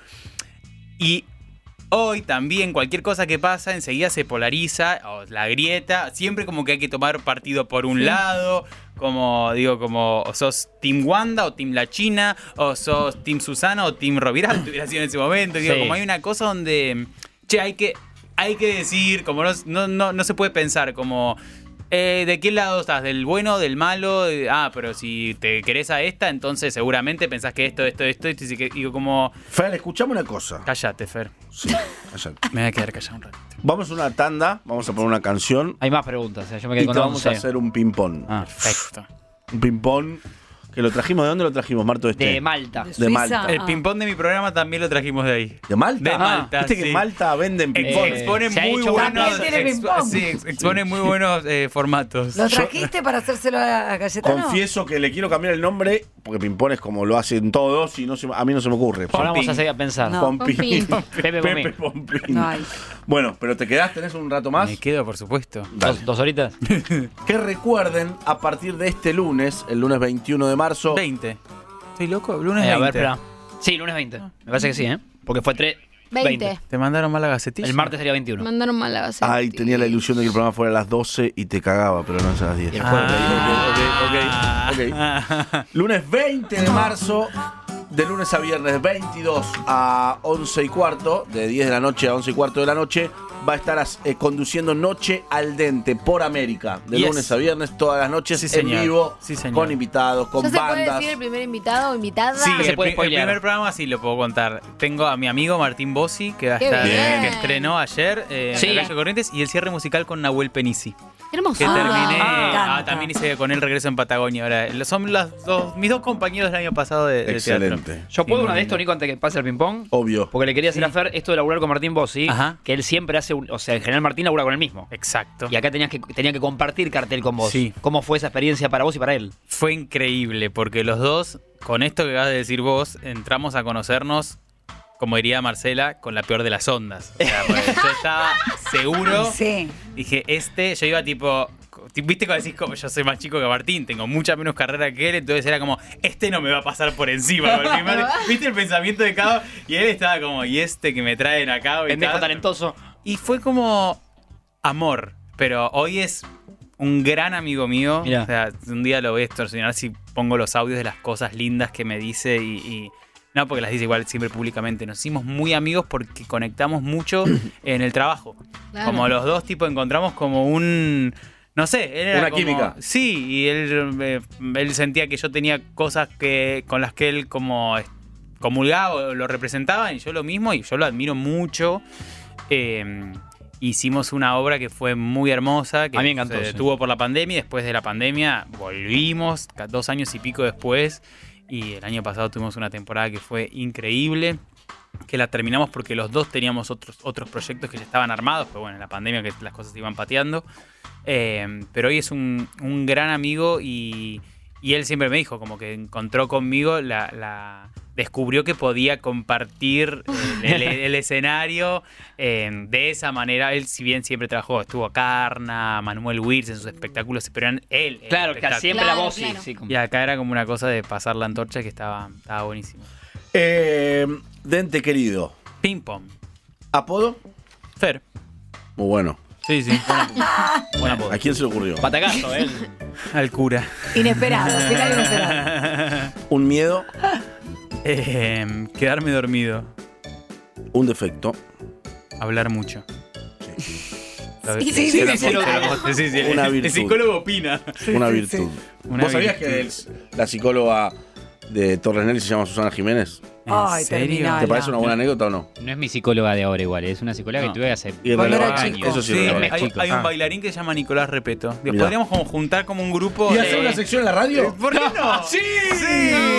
Speaker 9: Y hoy también cualquier cosa que pasa enseguida se polariza, o la grieta, siempre como que hay que tomar partido por un lado, como digo, como o sos Team Wanda o Team La China, o sos Team Susana o Team Rovira, hubiera sido en ese momento, digo,
Speaker 5: Sí.
Speaker 9: como hay una cosa donde, che, hay que, hay que decir, como no, no, no, no se puede pensar, como... eh, ¿De qué lado estás? ¿Del bueno, del malo? Eh, Ah, pero si te querés a esta, entonces seguramente pensás que esto, esto, esto, esto, y si que- digo como,
Speaker 2: Fer, escuchame una cosa.
Speaker 9: cállate, Fer.
Speaker 2: Sí, allá.
Speaker 9: Me voy a quedar callado un rato.
Speaker 2: Vamos a una tanda, vamos a poner una canción
Speaker 5: Hay más preguntas. eh, Yo me
Speaker 2: y
Speaker 5: quedé
Speaker 2: te
Speaker 5: con
Speaker 2: vamos a
Speaker 5: 11.
Speaker 2: hacer un ping-pong.
Speaker 9: Ah, perfecto.
Speaker 2: Un ping-pong que lo trajimos. ¿De dónde lo trajimos, Marto? Este?
Speaker 5: De Malta.
Speaker 2: De Malta.
Speaker 5: Ah.
Speaker 8: Suiza.
Speaker 9: El ping-pong de mi programa también lo trajimos de ahí.
Speaker 2: ¿De Malta?
Speaker 9: De Malta,
Speaker 2: Viste que
Speaker 9: sí. Eh,
Speaker 2: en Malta venden
Speaker 9: Ex-
Speaker 2: ping-pong.
Speaker 9: expone
Speaker 5: Eh, se ha
Speaker 9: muy
Speaker 5: hecho
Speaker 9: buenos,
Speaker 8: también tiene
Speaker 9: expo-
Speaker 8: ping-pong.
Speaker 9: sí, ex- expone muy buenos eh, formatos.
Speaker 8: ¿Lo trajiste para hacérselo a a Cayetano?
Speaker 2: Confieso que le quiero cambiar el nombre porque ping-pong es como lo hacen todos y no se- a mí no se me ocurre.
Speaker 5: Ahora vamos
Speaker 9: Pompín.
Speaker 5: a seguir a pensar.
Speaker 8: No.
Speaker 2: Pompín.
Speaker 3: Pompín.
Speaker 5: Pepe Pompín.
Speaker 2: Pepe Pompín.
Speaker 8: No hay.
Speaker 2: Bueno, pero te quedás, tenés un rato más.
Speaker 9: Me quedo, por supuesto.
Speaker 2: Dale.
Speaker 5: Dos, dos horitas.
Speaker 2: Que recuerden, a partir de este lunes, el lunes 21 de marzo,
Speaker 9: 20. Estoy loco, lunes
Speaker 5: Eh,
Speaker 9: 20.
Speaker 5: a ver, espera. Sí, lunes 20. Me parece que sí, ¿eh? Porque fue 3.
Speaker 3: 20.
Speaker 9: ¿Te mandaron mal la gacetilla?
Speaker 5: El martes sería 21.
Speaker 3: Mandaron mal la base.
Speaker 2: Ay, tenía la ilusión de que el programa fuera a las 12 y te cagaba, pero no es a las 10.
Speaker 5: Y el
Speaker 9: Ah.
Speaker 2: Ok, ok, ok, ok. Lunes 20 de marzo, de lunes a viernes 22 a 11 y cuarto, de 10 de la noche a 11 y cuarto de la noche, va a estar as- eh, conduciendo Noche al Dente por América, de
Speaker 9: Yes.
Speaker 2: lunes a viernes, todas las noches
Speaker 9: Sí,
Speaker 2: en
Speaker 9: señor.
Speaker 2: vivo,
Speaker 9: Sí, señor.
Speaker 2: con invitados, con
Speaker 3: ¿Ya se puede
Speaker 2: bandas.
Speaker 3: decir el primer invitado o invitada?
Speaker 9: Sí,
Speaker 5: Ah, se
Speaker 9: el,
Speaker 5: puede
Speaker 9: pri- el
Speaker 5: spoilear.
Speaker 9: primer programa sí lo puedo contar. Tengo a mi amigo Martín Bossi, que va a
Speaker 3: Qué
Speaker 9: estar, eh,
Speaker 3: bien.
Speaker 9: que estrenó ayer eh,
Speaker 5: Sí.
Speaker 9: en el Gallo Corrientes, y el cierre musical con Nahuel Penisi. que
Speaker 3: Hermoso.
Speaker 9: terminé.
Speaker 8: Ah,
Speaker 9: Ah,
Speaker 8: encanta.
Speaker 9: también hice con él regreso en Patagonia. Ahora Lo- son las dos, mis dos compañeros del año pasado de, de teatro.
Speaker 2: Excelente.
Speaker 5: Yo puedo
Speaker 9: Sí,
Speaker 5: una de
Speaker 9: muy
Speaker 5: esto, Nico,
Speaker 9: lindo.
Speaker 5: antes que pase el ping-pong.
Speaker 2: Obvio.
Speaker 5: Porque le quería hacer a Fer esto de laburar con Martín Bossi,
Speaker 9: Ajá.
Speaker 5: que él siempre hace, un- o sea, el general Martín labura con él mismo.
Speaker 9: Exacto.
Speaker 5: Y acá tenías que, tenía que compartir cartel con vos.
Speaker 9: Sí.
Speaker 5: ¿Cómo fue esa experiencia para vos y para él?
Speaker 9: Fue increíble porque los dos, con esto que vas de decir vos, entramos a conocernos, como diría Marcela, con la peor de las ondas. O sea, pues, yo estaba seguro.
Speaker 8: Sí.
Speaker 9: Dije, este, yo iba tipo. co- Viste cuando decís, como yo soy más chico que Martín, tengo mucha menos carrera que él, entonces era como, este no me va a pasar por encima. el primer- Viste el pensamiento de Cabo, y él estaba como, y este que me traen a Cabo. Y,
Speaker 5: Pendejo
Speaker 9: tal.
Speaker 5: talentoso.
Speaker 9: y fue como amor, pero hoy es un gran amigo mío.
Speaker 5: Mirá.
Speaker 9: O sea, un día lo voy a extorsionar si pongo los audios de las cosas lindas que me dice y. y- no, porque las dice igual siempre públicamente. Nos hicimos muy amigos porque conectamos mucho en el trabajo.
Speaker 3: Claro.
Speaker 9: Como los dos, tipo, encontramos como un. No sé, él era
Speaker 2: Una
Speaker 9: como-
Speaker 2: química.
Speaker 9: Sí, y él, eh, él sentía que yo tenía cosas que con las que él como eh, comulgaba o lo representaba, y yo lo mismo, y yo lo admiro mucho. Eh, hicimos una obra que fue muy hermosa, que
Speaker 5: A mí me encantó,
Speaker 9: se
Speaker 5: sí.
Speaker 9: detuvo por la pandemia, y después de la pandemia volvimos, ca- dos años y pico después, y el año pasado tuvimos una temporada que fue increíble que la terminamos porque los dos teníamos otros, otros proyectos que ya estaban armados, pero bueno, en la pandemia que las cosas se iban pateando. Eh, pero hoy es un, un gran amigo y, y él siempre me dijo, como que encontró conmigo la... la- descubrió que podía compartir el, el- el escenario eh, de esa manera. Él, si bien siempre trabajó, estuvo a Carna, a Manuel Wills en sus espectáculos, pero eran él. el
Speaker 5: Claro, que
Speaker 9: espectáculo.
Speaker 5: siempre
Speaker 3: Claro,
Speaker 5: la voz sí,
Speaker 3: claro.
Speaker 5: sí, como-
Speaker 9: Y acá era como una cosa de pasar la antorcha que estaba, estaba buenísimo.
Speaker 2: Eh, Dente querido,
Speaker 9: Ping pong.
Speaker 2: ¿apodo?
Speaker 9: Fer.
Speaker 2: Muy bueno.
Speaker 9: Sí, sí.
Speaker 5: Buen apodo.
Speaker 2: ¿A quién se le ocurrió?
Speaker 5: Patagazo, él.
Speaker 9: Al cura.
Speaker 8: Inesperado, final inesperado.
Speaker 2: Un miedo,
Speaker 9: Eh, quedarme dormido.
Speaker 2: un defecto,
Speaker 9: Hablar mucho. Lo-
Speaker 8: Sí, sí, sí,
Speaker 9: lo-
Speaker 8: sí,
Speaker 9: lo-
Speaker 8: sí.
Speaker 9: lo- sí, sí, el-
Speaker 2: Una
Speaker 9: El
Speaker 2: virtud.
Speaker 9: psicólogo opina.
Speaker 2: una
Speaker 8: sí,
Speaker 2: virtud.
Speaker 9: Una
Speaker 2: ¿Vos sabías
Speaker 9: virtud.
Speaker 2: que el- la psicóloga de Torres Nelly se llama Susana Jiménez?
Speaker 9: ¿En
Speaker 8: Ay,
Speaker 9: serio?
Speaker 8: terminala.
Speaker 2: ¿Te parece una buena anécdota o no?
Speaker 11: No es mi psicóloga de ahora igual, es una psicóloga
Speaker 9: No.
Speaker 11: que tuve hace
Speaker 2: Y
Speaker 8: Cuando era
Speaker 2: relevante,
Speaker 8: chico.
Speaker 2: Eso sí,
Speaker 9: Sí,
Speaker 2: es
Speaker 9: hay,
Speaker 2: relevante.
Speaker 11: chico.
Speaker 9: hay un
Speaker 11: Ah.
Speaker 9: bailarín que se llama Nicolás Repeto. Después
Speaker 2: Mirá.
Speaker 9: podríamos como juntar como un grupo.
Speaker 2: ¿Y
Speaker 9: de-
Speaker 2: hacer una sección en la radio?
Speaker 9: ¿Por qué no? Ah, ¡Sí!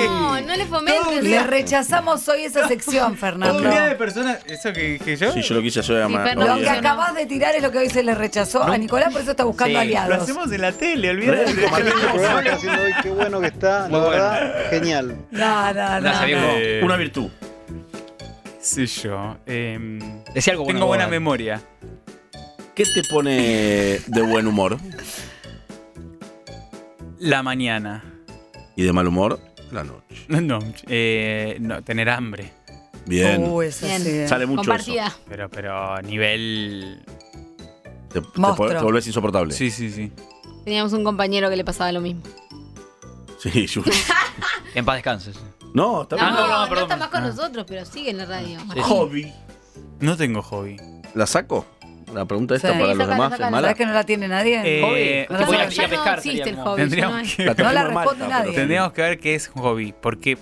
Speaker 3: No, no le fomentes.
Speaker 8: Le rechazamos hoy esa sección, Fernando.
Speaker 9: Un día de personas. ¿Eso que dije yo?
Speaker 2: Sí, yo lo quise hacer a
Speaker 3: Sí,
Speaker 2: ma-
Speaker 3: pero
Speaker 2: no
Speaker 8: Lo que
Speaker 2: había-
Speaker 3: acá-
Speaker 8: acabas de tirar es lo que hoy se le rechazó a Nicolás, por eso está buscando
Speaker 5: Sí,
Speaker 9: Lo
Speaker 8: aliados.
Speaker 9: hacemos en la tele, olvídate.
Speaker 4: El este programa que está haciendo hoy, qué bueno que está,
Speaker 9: Muy
Speaker 4: la
Speaker 9: bueno.
Speaker 4: verdad, genial.
Speaker 8: No,
Speaker 11: Ah,
Speaker 8: no, no.
Speaker 5: Gracias, viejo.
Speaker 9: Eh,
Speaker 2: Una virtud.
Speaker 9: Sí, yo. em,
Speaker 5: Decía algo bueno,
Speaker 9: tengo buena
Speaker 5: Bogan.
Speaker 9: memoria.
Speaker 2: ¿Qué te pone de buen humor
Speaker 9: La mañana.
Speaker 2: y de mal humor? La noche.
Speaker 9: No, eh, no, tener hambre.
Speaker 2: Bien.
Speaker 8: Uh, eso
Speaker 3: Bien.
Speaker 8: sí.
Speaker 2: Sale mucho
Speaker 3: Compartida.
Speaker 9: Pero, pero a nivel.
Speaker 2: eso. Te, te
Speaker 8: Monstruo.
Speaker 2: po- te volvés insoportable.
Speaker 9: Sí, sí, sí.
Speaker 3: Teníamos un compañero que le pasaba lo mismo.
Speaker 2: Sí, yo-
Speaker 5: En paz descanses.
Speaker 2: No, está
Speaker 3: No,
Speaker 5: Ah,
Speaker 2: bien.
Speaker 5: no, no,
Speaker 3: no,
Speaker 5: perdón.
Speaker 3: está más con nosotros, pero sigue en la radio.
Speaker 2: Hobby.
Speaker 9: No tengo hobby.
Speaker 2: ¿La saco? La pregunta esta
Speaker 8: Sí,
Speaker 2: para los
Speaker 3: sacala,
Speaker 2: demás
Speaker 3: sacala.
Speaker 2: es
Speaker 8: ¿Sabes
Speaker 2: mala.
Speaker 8: que no la tiene nadie?
Speaker 9: Eh,
Speaker 5: Hobby.
Speaker 8: no
Speaker 5: Te
Speaker 8: la
Speaker 5: voy a
Speaker 8: sabes.
Speaker 5: ir a pescar.
Speaker 3: Ya no existe
Speaker 5: sería
Speaker 3: el
Speaker 5: como-
Speaker 3: hobby.
Speaker 9: Tendríamos
Speaker 3: no hay.
Speaker 9: que-
Speaker 2: La trajimos
Speaker 8: la
Speaker 2: a Marta,
Speaker 8: responde nadie.
Speaker 2: pero-
Speaker 9: Tendríamos que ver qué es hobby, porque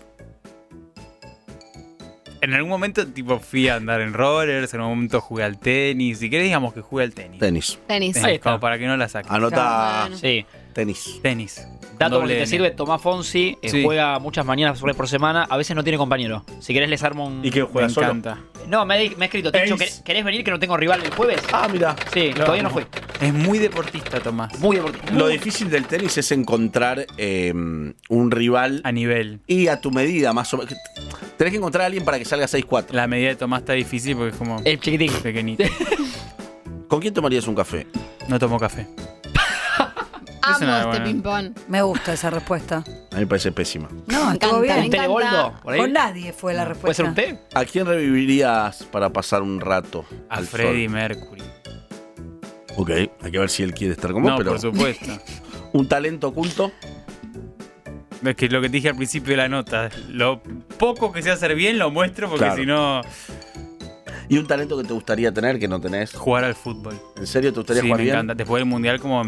Speaker 9: en algún momento tipo fui a andar en rollers, en algún momento jugué al tenis, si querés digamos que jugué al tenis.
Speaker 2: Tenis. Ah,
Speaker 3: Tenis.
Speaker 9: Tenis,
Speaker 5: Ahí está.
Speaker 9: como para que no la saques.
Speaker 2: Anota
Speaker 3: Bueno.
Speaker 5: Sí.
Speaker 2: tenis.
Speaker 9: Tenis.
Speaker 5: Dato
Speaker 9: Doble
Speaker 5: que te
Speaker 9: N.
Speaker 5: sirve, Tomás Fonsi eh,
Speaker 9: Sí.
Speaker 5: juega muchas mañanas por- por semana, a veces no tiene compañero. Si querés les armo un...
Speaker 2: ¿Y qué
Speaker 9: Me
Speaker 2: juega solo?
Speaker 9: encanta.
Speaker 5: No, me, di- me ha escrito, Tincho,
Speaker 2: Ace.
Speaker 5: ¿quer- ¿querés venir que no tengo rival el jueves?
Speaker 2: Ah, mira.
Speaker 5: Sí,
Speaker 9: Claro.
Speaker 5: todavía no fui.
Speaker 9: Es muy deportista, Tomás.
Speaker 5: Muy deportivo.
Speaker 2: Lo difícil del tenis es encontrar eh, un rival
Speaker 9: A nivel.
Speaker 2: y a tu medida, más o menos. Tenés que encontrar a alguien para que salga 6-4.
Speaker 9: La medida de Tomás está difícil porque es como
Speaker 5: El chiquitín.
Speaker 9: pequeñito.
Speaker 2: ¿Con quién tomarías un café?
Speaker 9: No tomo café. Es una
Speaker 3: Amo este
Speaker 9: buena.
Speaker 3: ping-pong.
Speaker 8: Me gusta esa respuesta.
Speaker 2: A mí me parece pésima.
Speaker 8: No,
Speaker 3: encanta.
Speaker 8: estuvo
Speaker 5: ¿Un
Speaker 8: bien.
Speaker 5: té de
Speaker 3: encanta.
Speaker 5: boldo? Por ahí.
Speaker 8: Con nadie fue la respuesta.
Speaker 5: ¿Puede ser un té?
Speaker 2: ¿A quién revivirías para pasar un rato?
Speaker 9: A
Speaker 2: al
Speaker 9: Freddie
Speaker 2: sol?
Speaker 9: Mercury.
Speaker 2: Ok, hay que ver si él quiere estar como
Speaker 9: No,
Speaker 2: pero
Speaker 9: por supuesto.
Speaker 2: un talento oculto.
Speaker 9: Es que lo que te dije al principio de la nota, lo poco que sé hacer bien lo muestro porque
Speaker 2: Claro.
Speaker 9: si no,
Speaker 2: Y un talento que te gustaría tener que no tenés.
Speaker 9: jugar al fútbol.
Speaker 2: ¿En serio te gustaría
Speaker 9: sí,
Speaker 2: jugar
Speaker 9: me
Speaker 2: bien?
Speaker 9: encanta. Después del mundial, como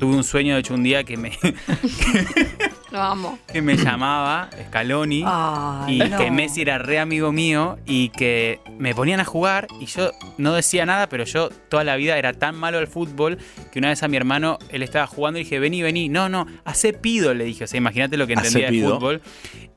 Speaker 9: tuve un sueño, de hecho, un día que me,
Speaker 3: Lo amo.
Speaker 9: que me llamaba Scaloni
Speaker 8: Ay,
Speaker 9: y
Speaker 8: no.
Speaker 9: que Messi era re amigo mío y que me ponían a jugar y yo no decía nada, pero yo toda la vida era tan malo al fútbol que una vez a mi hermano él estaba jugando y dije, vení, vení. No, no, hace pido, le dije. O sea, imagínate lo que
Speaker 2: Hacé
Speaker 9: entendía de
Speaker 2: pido.
Speaker 9: fútbol.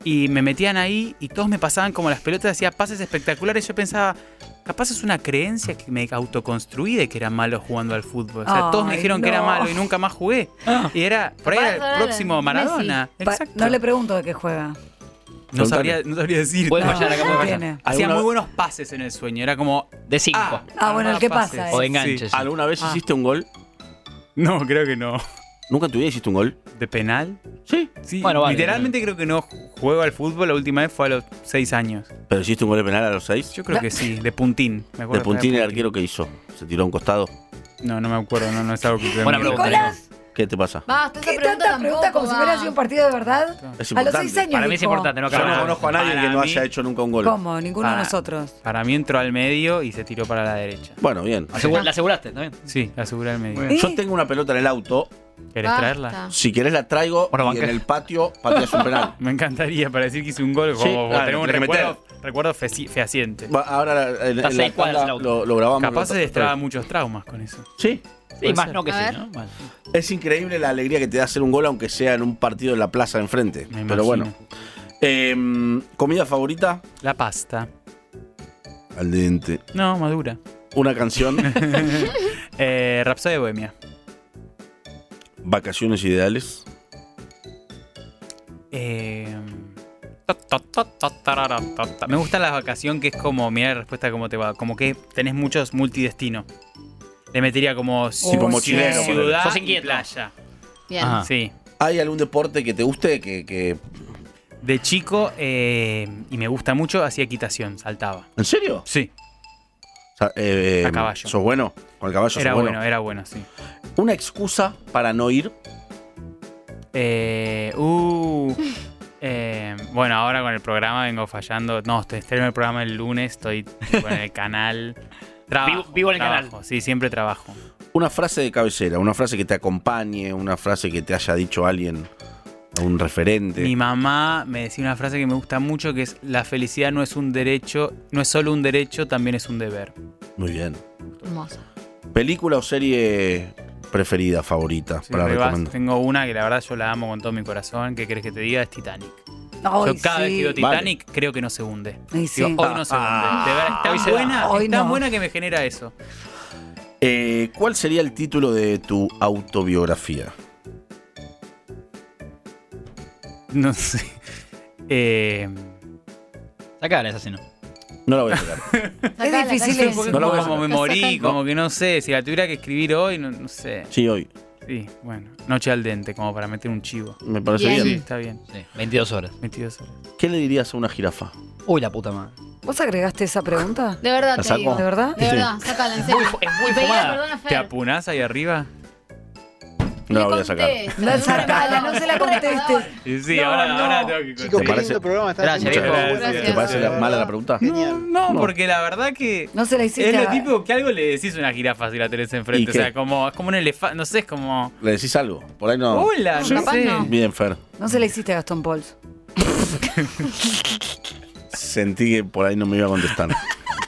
Speaker 9: Y me metían ahí y todos me pasaban como las pelotas, hacía pases espectaculares. Yo pensaba, capaz es una creencia que me autoconstruí de que era malo jugando al fútbol. O sea, todos me
Speaker 8: Ay,
Speaker 9: dijeron que era
Speaker 8: no.
Speaker 9: malo y nunca más jugué. Y era, por ahí era
Speaker 3: Maradona,
Speaker 9: el próximo Maradona.
Speaker 8: Pa-
Speaker 9: Exacto.
Speaker 8: No le pregunto de qué juega.
Speaker 9: No sabría, no sabría decir.
Speaker 5: Puede
Speaker 8: No,
Speaker 5: fallar acá,
Speaker 8: no
Speaker 5: puede fallar.
Speaker 8: tiene.
Speaker 9: Hacía
Speaker 2: ¿Alguna-
Speaker 9: muy buenos pases en el sueño. Era como.
Speaker 5: De 5.
Speaker 9: Ah,
Speaker 8: Ah, bueno, el que
Speaker 9: armaba
Speaker 8: pasa,
Speaker 9: pases.
Speaker 8: eh.
Speaker 5: o de enganches.
Speaker 9: Sí.
Speaker 2: ¿Alguna vez
Speaker 8: Ah.
Speaker 2: hiciste un gol?
Speaker 9: No, creo que no.
Speaker 2: ¿Nunca en tu vida hiciste un gol?
Speaker 9: ¿De penal?
Speaker 2: Sí.
Speaker 9: Sí.
Speaker 5: Bueno, vale.
Speaker 9: Literalmente creo que no ju- juego al fútbol. La última vez fue a los seis años.
Speaker 2: ¿Pero hiciste un gol de penal a los seis?
Speaker 9: Yo creo que sí. De puntín. Me
Speaker 2: De
Speaker 9: acuerdo que
Speaker 2: puntín
Speaker 9: era
Speaker 2: el arquero que hizo. Se tiró a un costado.
Speaker 9: No, no me acuerdo. No, no es algo que.
Speaker 5: Buena
Speaker 9: me-
Speaker 5: pregunta.
Speaker 8: Nicolás,
Speaker 2: ¿Qué te pasa?
Speaker 3: Basta, esa
Speaker 8: ¿qué
Speaker 3: pregunta
Speaker 8: tanta pregunta
Speaker 3: tampoco
Speaker 8: como si
Speaker 3: va.
Speaker 8: hubiera sido un partido de verdad?
Speaker 2: Es
Speaker 8: A los
Speaker 2: importante.
Speaker 8: seis años.
Speaker 5: Para mí es
Speaker 8: dijo.
Speaker 5: importante, no
Speaker 2: Yo no
Speaker 5: acabar.
Speaker 2: conozco a nadie
Speaker 9: Para
Speaker 2: que no
Speaker 9: mí-
Speaker 2: haya hecho nunca un gol.
Speaker 8: ¿Cómo? Ninguno de
Speaker 9: Ah.
Speaker 8: nosotros.
Speaker 9: Para mí entró al medio y se tiró para la derecha.
Speaker 2: Bueno, bien.
Speaker 5: Asegu- La aseguraste, ¿no?
Speaker 9: Sí, asegura el medio.
Speaker 8: bien.
Speaker 2: Yo tengo una pelota en el auto.
Speaker 9: ¿Querés
Speaker 3: Basta.
Speaker 9: traerla?
Speaker 2: Si querés la traigo
Speaker 5: Bueno,
Speaker 2: y
Speaker 5: banqué.
Speaker 2: en el patio pateas un penal.
Speaker 9: Me encantaría para decir que hice un gol.
Speaker 2: Sí,
Speaker 9: Como como
Speaker 2: claro,
Speaker 9: tenemos un
Speaker 2: tenés que
Speaker 9: recuerdo, recuerdo feci- fehaciente.
Speaker 2: Va, Ahora eh, en,
Speaker 5: Está
Speaker 2: en
Speaker 5: seis
Speaker 2: la
Speaker 5: cuadras
Speaker 2: tanda
Speaker 5: el auto.
Speaker 2: lo, lo grabamos.
Speaker 9: Capaz se
Speaker 2: lo-
Speaker 9: destraba muchos traumas con eso.
Speaker 2: Sí. Pues,
Speaker 5: Sí, más
Speaker 9: ser.
Speaker 5: no que
Speaker 3: A
Speaker 5: sí,
Speaker 3: ver.
Speaker 5: ¿no? Bueno.
Speaker 2: Es increíble la alegría que te da hacer un gol, aunque sea en un partido en la plaza de enfrente.
Speaker 9: Me
Speaker 2: Pero
Speaker 9: imagino.
Speaker 2: bueno. Em, ¿Comida favorita?
Speaker 9: La pasta.
Speaker 2: Al dente.
Speaker 9: No, madura.
Speaker 2: Una canción.
Speaker 9: Eh, Rapsodia de Bohemia.
Speaker 2: Vacaciones ideales.
Speaker 9: Eh, ta, ta, ta, ta, tarara, ta, ta. Me gusta la vacación que es como, mira la respuesta cómo te va, como que tenés muchos multidestinos. Le metería como ci-
Speaker 8: Tipo
Speaker 9: ci-
Speaker 2: mochilero,
Speaker 9: ciudad
Speaker 5: ponele. Sos
Speaker 9: y
Speaker 5: inquieto.
Speaker 9: playa.
Speaker 3: Bien.
Speaker 5: Ajá. Ah.
Speaker 9: Sí.
Speaker 2: ¿Hay algún deporte que te guste? Que, que-
Speaker 9: De chico, eh, y me gusta mucho, hacía equitación, saltaba.
Speaker 2: ¿En serio?
Speaker 9: Sí,
Speaker 2: O sea, eh,
Speaker 9: A caballo.
Speaker 2: ¿Sos bueno? Con el caballo
Speaker 9: era
Speaker 2: sos
Speaker 9: bueno.
Speaker 2: bueno.
Speaker 9: era bueno, sí.
Speaker 2: Una excusa para no ir.
Speaker 9: Eh, uh, eh, bueno, ahora con el programa vengo fallando. No, estoy estreno el programa el lunes, estoy tipo, en el canal. Trabajo,
Speaker 5: Vivo- vivo en el
Speaker 9: trabajo,
Speaker 5: canal.
Speaker 9: Sí, siempre trabajo.
Speaker 2: Una frase de cabecera, una frase que te acompañe, una frase que te haya dicho alguien a un referente.
Speaker 9: Mi mamá me decía una frase que me gusta mucho que es la felicidad no es un derecho, no es solo un derecho, también es un deber.
Speaker 2: Muy bien.
Speaker 3: Hermoso.
Speaker 2: ¿Película o serie preferida, favorita
Speaker 9: Sí,
Speaker 2: para
Speaker 9: ahí vas.
Speaker 2: recomendar?
Speaker 9: tengo una que la verdad yo la amo con todo mi corazón, ¿qué crees que te diga? Es Titanic.
Speaker 8: Ay,
Speaker 9: yo cada vez que veo
Speaker 8: sí.
Speaker 9: Titanic creo que no se hunde.
Speaker 8: Ay, sí. Ah.
Speaker 9: Digo, hoy no se hunde. De verdad, es tan,
Speaker 8: Hoy se-
Speaker 9: buena,
Speaker 8: hoy
Speaker 9: es tan
Speaker 8: no.
Speaker 9: buena que me genera eso.
Speaker 2: Eh, ¿Cuál sería el título de tu autobiografía?
Speaker 9: No sé. Eh,
Speaker 5: Sacala, esa si no.
Speaker 2: No la voy a sacar.
Speaker 3: Sacala,
Speaker 8: difícil
Speaker 3: sacala.
Speaker 8: eso.
Speaker 2: No lo voy a
Speaker 9: como me
Speaker 3: Está
Speaker 9: morí,
Speaker 3: sacando.
Speaker 9: como que no sé. Si la tuviera que escribir hoy, no, no sé.
Speaker 2: Sí, hoy.
Speaker 9: Sí, bueno. Noche al dente, como para meter un chivo.
Speaker 2: Me parece
Speaker 3: Bien.
Speaker 2: bien.
Speaker 9: Sí, está bien.
Speaker 5: Sí, 22 horas.
Speaker 9: 22 horas.
Speaker 2: ¿Qué le dirías a una jirafa?
Speaker 5: Uy, la puta madre.
Speaker 8: ¿Vos agregaste esa pregunta?
Speaker 3: De verdad
Speaker 2: ¿La
Speaker 3: te
Speaker 2: saco?
Speaker 3: digo.
Speaker 8: ¿De verdad?
Speaker 3: De
Speaker 2: Sí.
Speaker 3: verdad, sacala, en serio.
Speaker 9: Es muy
Speaker 3: Y pedile
Speaker 9: fumada.
Speaker 3: perdón a Fer.
Speaker 9: ¿Te apunás ahí arriba?
Speaker 2: No la
Speaker 3: Le
Speaker 2: voy a sacar.
Speaker 3: contesto.
Speaker 8: No, sacala, no se la contestes.
Speaker 9: Sí, sí,
Speaker 8: No,
Speaker 9: ahora,
Speaker 8: no.
Speaker 9: ahora tengo que
Speaker 4: Chicos,
Speaker 2: ¿Te
Speaker 4: qué
Speaker 2: parece-
Speaker 4: lindo programa. Están
Speaker 5: Gracias,
Speaker 4: haciendo
Speaker 9: viejo.
Speaker 4: cosas buenas,
Speaker 3: Gracias.
Speaker 2: ¿Te parece la-
Speaker 4: de
Speaker 2: mala la
Speaker 4: verdad.
Speaker 2: pregunta?
Speaker 4: Genial.
Speaker 9: No, porque la verdad que.
Speaker 8: No se la hiciste.
Speaker 9: Es lo
Speaker 8: a-
Speaker 9: típico que algo le decís a una jirafa si la tenés
Speaker 2: ¿Y
Speaker 9: enfrente. O
Speaker 2: qué?
Speaker 9: sea, como, es como un elefante. No sé, es como.
Speaker 2: ¿Le decís algo? Por ahí no.
Speaker 9: Hola, no
Speaker 3: Capaz
Speaker 9: sé.
Speaker 3: no.
Speaker 2: Bien, Fer.
Speaker 8: No se la hiciste a Gastón Pauls.
Speaker 2: Sentí que por ahí no me iba a contestar.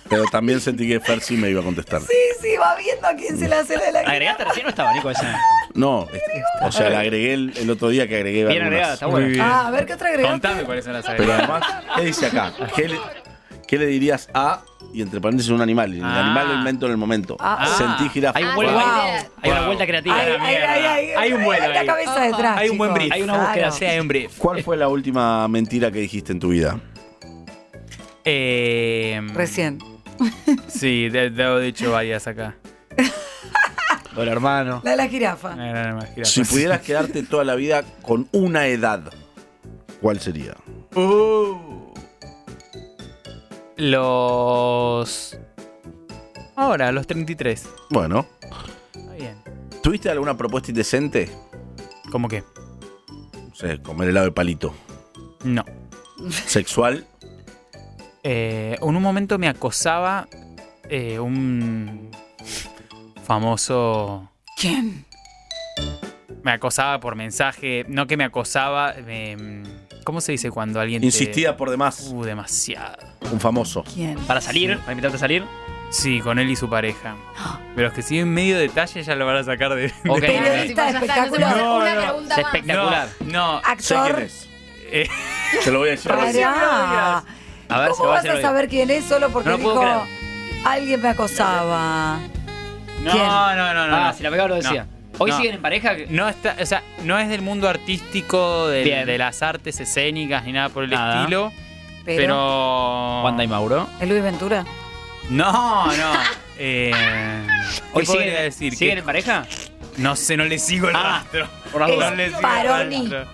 Speaker 2: Pero también sentí que Fer sí me iba a contestar.
Speaker 8: Sí, sí, va viendo a quién se la hace la de la
Speaker 5: ¿Agregaste recién o estaba, Nico? Esa?
Speaker 2: No, es- o sea, la agregué el, el otro día que agregué
Speaker 5: Bien
Speaker 2: algunas.
Speaker 5: agregada, está
Speaker 9: Muy
Speaker 5: buena.
Speaker 9: bien.
Speaker 8: Ah, a ver qué otra agregaste.
Speaker 9: Contame cuáles son
Speaker 8: Ah,
Speaker 9: las
Speaker 2: Pero
Speaker 9: agregadas.
Speaker 2: además, ¿qué dice acá? ¿Qué le, qué le dirías a, y entre paréntesis, un animal? El
Speaker 9: Ah.
Speaker 2: animal lo invento en el momento.
Speaker 8: Ah.
Speaker 2: Sentí jirafa.
Speaker 5: Hay un
Speaker 3: Ah,
Speaker 5: vuelo.
Speaker 8: wow.
Speaker 5: Hay, hay una vuelta creativa.
Speaker 8: Ay,
Speaker 9: la
Speaker 8: ay,
Speaker 9: mierda.
Speaker 8: ay, ay,
Speaker 9: Hay un vuelo
Speaker 8: Hay la
Speaker 9: ahí.
Speaker 8: cabeza detrás.
Speaker 9: Hay un buen
Speaker 8: chicos.
Speaker 9: brief.
Speaker 5: Hay una búsqueda,
Speaker 8: Claro.
Speaker 5: sí,
Speaker 9: Sea en brief.
Speaker 2: ¿Cuál fue la última mentira que dijiste en tu vida?
Speaker 9: Eh,
Speaker 8: Recién.
Speaker 9: Sí, te, te he dicho varias acá.
Speaker 5: Hola, hermano.
Speaker 8: La de la jirafa.
Speaker 9: Una gran jirafa.
Speaker 2: Si pudieras quedarte toda la vida con una edad, ¿cuál sería?
Speaker 9: Uh. Los. Ahora, los 33.
Speaker 2: Bueno,
Speaker 9: Está bien.
Speaker 2: ¿tuviste alguna propuesta indecente?
Speaker 9: ¿Cómo que?
Speaker 2: No sé, comer helado de palito.
Speaker 9: No.
Speaker 2: ¿Sexual?
Speaker 9: Eh, en un momento me acosaba eh, un famoso.
Speaker 8: ¿Quién?
Speaker 9: Me acosaba por mensaje. No que me acosaba. me- ¿Cómo se dice cuando alguien te-
Speaker 2: Insistía por demás.
Speaker 9: Uh, demasiado.
Speaker 2: Un famoso.
Speaker 8: ¿Quién?
Speaker 5: Para salir, para invitarte a salir.
Speaker 9: Sí, con él y su pareja. Pero es que si en medio detalle ya lo van a sacar de.
Speaker 5: Ok. Ah,
Speaker 8: Pero- Periodista
Speaker 3: Tipo, ya está, no se puede hacer
Speaker 9: espectacular.
Speaker 3: una
Speaker 9: No, no.
Speaker 3: pregunta
Speaker 5: Es
Speaker 3: más.
Speaker 5: Oh, espectacular.
Speaker 9: No, no.
Speaker 2: Sé quién
Speaker 8: Actor.
Speaker 2: es.
Speaker 9: eh,
Speaker 2: Te lo voy a decir. ahora.
Speaker 8: Pará.
Speaker 5: A ver, se
Speaker 8: ¿Cómo
Speaker 5: va a
Speaker 8: vas
Speaker 5: hacer
Speaker 8: a saber quién es solo porque
Speaker 5: No lo puedo
Speaker 8: dijo alguien me acosaba?
Speaker 9: no,
Speaker 8: ¿Quién?
Speaker 9: no, no, no,
Speaker 5: Ah,
Speaker 9: no.
Speaker 5: si la pegaba lo decía. Hoy
Speaker 9: No.
Speaker 5: siguen en pareja.
Speaker 9: No está, o sea, no es del mundo artístico, del-
Speaker 5: Bien.
Speaker 9: de las artes escénicas ni nada por el
Speaker 5: Nada.
Speaker 9: estilo. Pero.
Speaker 5: Wanda y Mauro.
Speaker 8: ¿Es Luis Ventura?
Speaker 9: No, no. Eh, ¿Qué
Speaker 5: Hoy
Speaker 9: podría
Speaker 5: siguen,
Speaker 9: decir?
Speaker 5: siguen
Speaker 9: Que-
Speaker 5: en pareja.
Speaker 9: No sé, no le sigo el
Speaker 5: Ah,
Speaker 9: rastro.
Speaker 5: por las
Speaker 8: Es
Speaker 9: no le sigo el
Speaker 8: Baroni.
Speaker 9: rastro.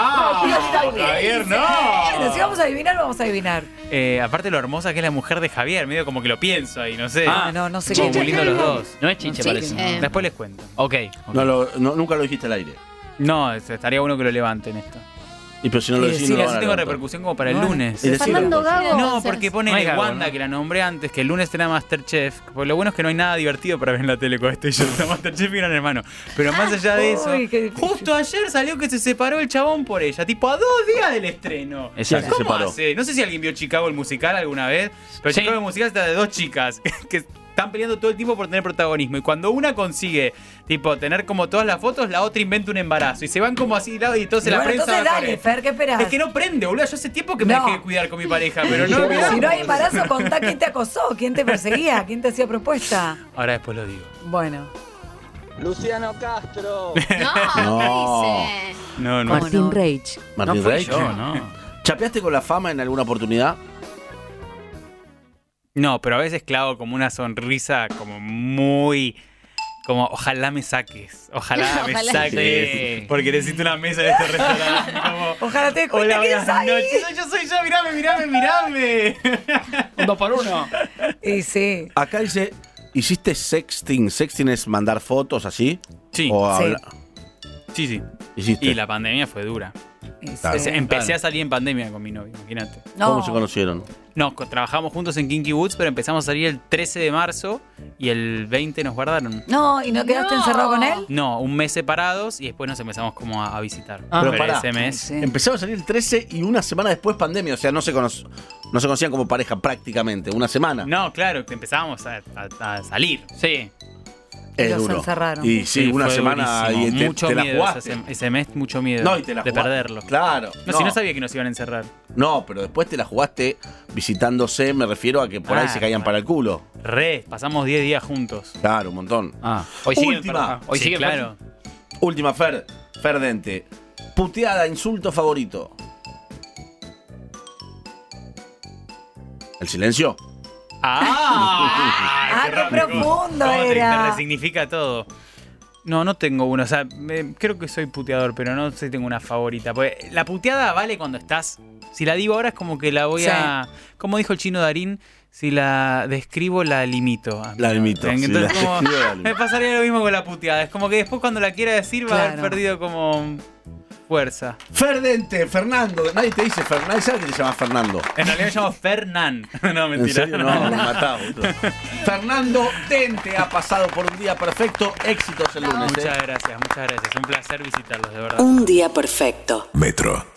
Speaker 9: No, Javier,
Speaker 8: Bueno, si
Speaker 9: no.
Speaker 8: vamos a adivinar, vamos a adivinar.
Speaker 9: Eh, aparte lo hermosa que es la mujer de Javier, medio como que lo pienso ahí, no sé.
Speaker 5: Ah,
Speaker 8: No, no sé
Speaker 9: Como
Speaker 8: quién.
Speaker 9: muy lindo los dos.
Speaker 5: No es chinche,
Speaker 8: Sí.
Speaker 5: parece.
Speaker 3: Eh.
Speaker 9: Después les cuento.
Speaker 5: Ok.
Speaker 2: No, lo- no, nunca lo dijiste al aire.
Speaker 9: No, estaría bueno que lo levanten esto.
Speaker 2: Y pero si no lo
Speaker 8: Sí,
Speaker 2: decís,
Speaker 8: sí,
Speaker 2: no lo
Speaker 9: Mira,
Speaker 2: van
Speaker 9: eso
Speaker 2: a
Speaker 9: tengo
Speaker 2: levantar.
Speaker 9: repercusión como para el
Speaker 8: No, no.
Speaker 9: lunes.
Speaker 2: Y decilo,
Speaker 3: Fernando
Speaker 2: entonces.
Speaker 3: Gago.
Speaker 9: No,
Speaker 3: entonces.
Speaker 9: porque
Speaker 5: No
Speaker 9: pone
Speaker 5: hay Gago,
Speaker 9: Wanda,
Speaker 5: ¿no?
Speaker 9: que la nombré antes, que el lunes era Masterchef. Porque lo bueno es que no hay nada divertido para ver en la tele con esto y yo. está Masterchef y gran hermano. Pero más allá de eso,
Speaker 8: uy, qué difícil.
Speaker 9: justo ayer salió que se separó el chabón por ella, tipo a dos días del estreno.
Speaker 5: Exacto.
Speaker 9: ¿Cómo
Speaker 2: Se separó.
Speaker 9: hace? No sé si alguien vio Chicago el musical alguna vez, pero
Speaker 5: Sí.
Speaker 9: Chicago el musical está de dos chicas que están peleando todo el tiempo por tener protagonismo. Y cuando una consigue, tipo, tener como todas las fotos, la otra inventa un embarazo. Y se van como así, y entonces la
Speaker 8: Bueno,
Speaker 9: prensa
Speaker 8: entonces
Speaker 9: va con
Speaker 8: dale,
Speaker 9: él.
Speaker 8: Fer, ¿qué esperás?
Speaker 9: Es que no prende, boludo. Yo hace tiempo que me
Speaker 8: No.
Speaker 9: dejé de cuidar con mi pareja, pero no.
Speaker 8: Pero si
Speaker 9: olvidamos.
Speaker 8: no hay embarazo, contá quién te acosó, quién te perseguía, quién te hacía propuesta.
Speaker 9: Ahora después lo digo.
Speaker 8: Bueno.
Speaker 4: Luciano Castro.
Speaker 2: No.
Speaker 3: No, ¿qué dice?
Speaker 9: No,
Speaker 3: no. ¿Cómo? Martín
Speaker 8: Rage.
Speaker 2: Martín
Speaker 5: fui
Speaker 2: Reich.
Speaker 5: yo, no.
Speaker 2: ¿Chapeaste con la fama en alguna oportunidad?
Speaker 9: No, pero a veces clavo como una sonrisa como muy. Como, ojalá me saques. Ojalá me
Speaker 3: Ojalá.
Speaker 9: saques.
Speaker 5: Sí.
Speaker 9: Porque necesito una mesa en este restaurante. Como,
Speaker 8: Ojalá te des
Speaker 9: Hola,
Speaker 8: cuenta quién
Speaker 9: buenas
Speaker 8: es ahí.
Speaker 9: noches. Soy Yo soy yo, mirame, mirame, mirame.
Speaker 5: Un dos por uno.
Speaker 8: Y sí.
Speaker 2: Acá dice, ¿hiciste sexting? ¿Sexting es mandar fotos así?
Speaker 9: Sí,
Speaker 2: ¿O
Speaker 8: Sí.
Speaker 2: habla-
Speaker 9: sí, sí.
Speaker 2: ¿Hiciste?
Speaker 9: Y la Oh. pandemia fue dura. Entonces,
Speaker 8: sí.
Speaker 9: Empecé
Speaker 2: Claro.
Speaker 9: a salir en pandemia con mi novio, imagínate.
Speaker 2: ¿Cómo
Speaker 8: No.
Speaker 2: se conocieron?
Speaker 9: No, co- trabajamos juntos en Kinky Woods, pero empezamos a salir el 13 de marzo y el 20 nos guardaron.
Speaker 8: No, ¿y no quedaste
Speaker 3: No.
Speaker 8: encerrado con él?
Speaker 9: No, un mes separados y después nos empezamos como a, a visitar.
Speaker 5: Ah.
Speaker 2: Pero pará.
Speaker 9: ese mes.
Speaker 8: Sí.
Speaker 2: Empezaron a salir el 13 y una semana después pandemia, o sea, no se, cono- no se conocían como pareja prácticamente, una semana.
Speaker 9: No, claro, que empezábamos a, a- a salir. Sí.
Speaker 2: es
Speaker 8: Los
Speaker 2: duro.
Speaker 8: encerraron.
Speaker 2: Y sí, una
Speaker 9: fue
Speaker 2: semana
Speaker 9: durísimo.
Speaker 2: y te,
Speaker 9: mucho
Speaker 2: te la
Speaker 9: miedo
Speaker 2: jugaste.
Speaker 9: ese, ese mes, mucho miedo
Speaker 2: No, y te la
Speaker 9: de
Speaker 2: jugaste.
Speaker 9: perderlo.
Speaker 2: Claro.
Speaker 9: No, si no sabía que nos iban a encerrar.
Speaker 2: No, pero después te la jugaste visitándose, me refiero a que por ahí
Speaker 9: Ah,
Speaker 2: se caían
Speaker 9: bueno.
Speaker 2: para el culo.
Speaker 9: Re, pasamos 10 días juntos.
Speaker 2: Claro, un montón.
Speaker 11: Ah.
Speaker 5: Hoy sigue,
Speaker 2: Última.
Speaker 5: perdón, Hoy
Speaker 9: Sí,
Speaker 5: sigue,
Speaker 9: claro.
Speaker 2: Última, Fer, Ferdente. Puteada, insulto favorito. ¿El silencio?
Speaker 9: ¡Ah!
Speaker 8: Ah, qué
Speaker 9: rápido.
Speaker 8: profundo
Speaker 9: ¿Cómo te-
Speaker 8: era.
Speaker 9: Te resignifica todo. No, no tengo uno. O sea, me- creo que soy puteador, pero no sé si tengo una favorita. Porque la puteada vale cuando estás. Si la digo ahora es como que la voy
Speaker 8: Sí.
Speaker 9: a. Como dijo el chino Darín, si la describo, la limito.
Speaker 2: La limito, sí,
Speaker 9: Entonces,
Speaker 2: la
Speaker 9: como,
Speaker 2: describo, la limito.
Speaker 9: me pasaría lo mismo con la puteada. Es como que después cuando la quiera decir va a haber
Speaker 8: Claro.
Speaker 9: perdido como fuerza.
Speaker 2: Ferdente, Fernando. Nadie te dice Fernando. ¿Sabes que te llamas Fernando?
Speaker 9: En realidad me llamo Fernán. No,
Speaker 2: ¿En
Speaker 9: mentira.
Speaker 2: serio? No, me mataba, boludo. Fernando Dente ha pasado por un día perfecto. Éxitos el lunes. ¿eh?
Speaker 9: Muchas gracias, muchas gracias. Un placer visitarlos, de verdad.
Speaker 12: Un día perfecto.
Speaker 1: Metro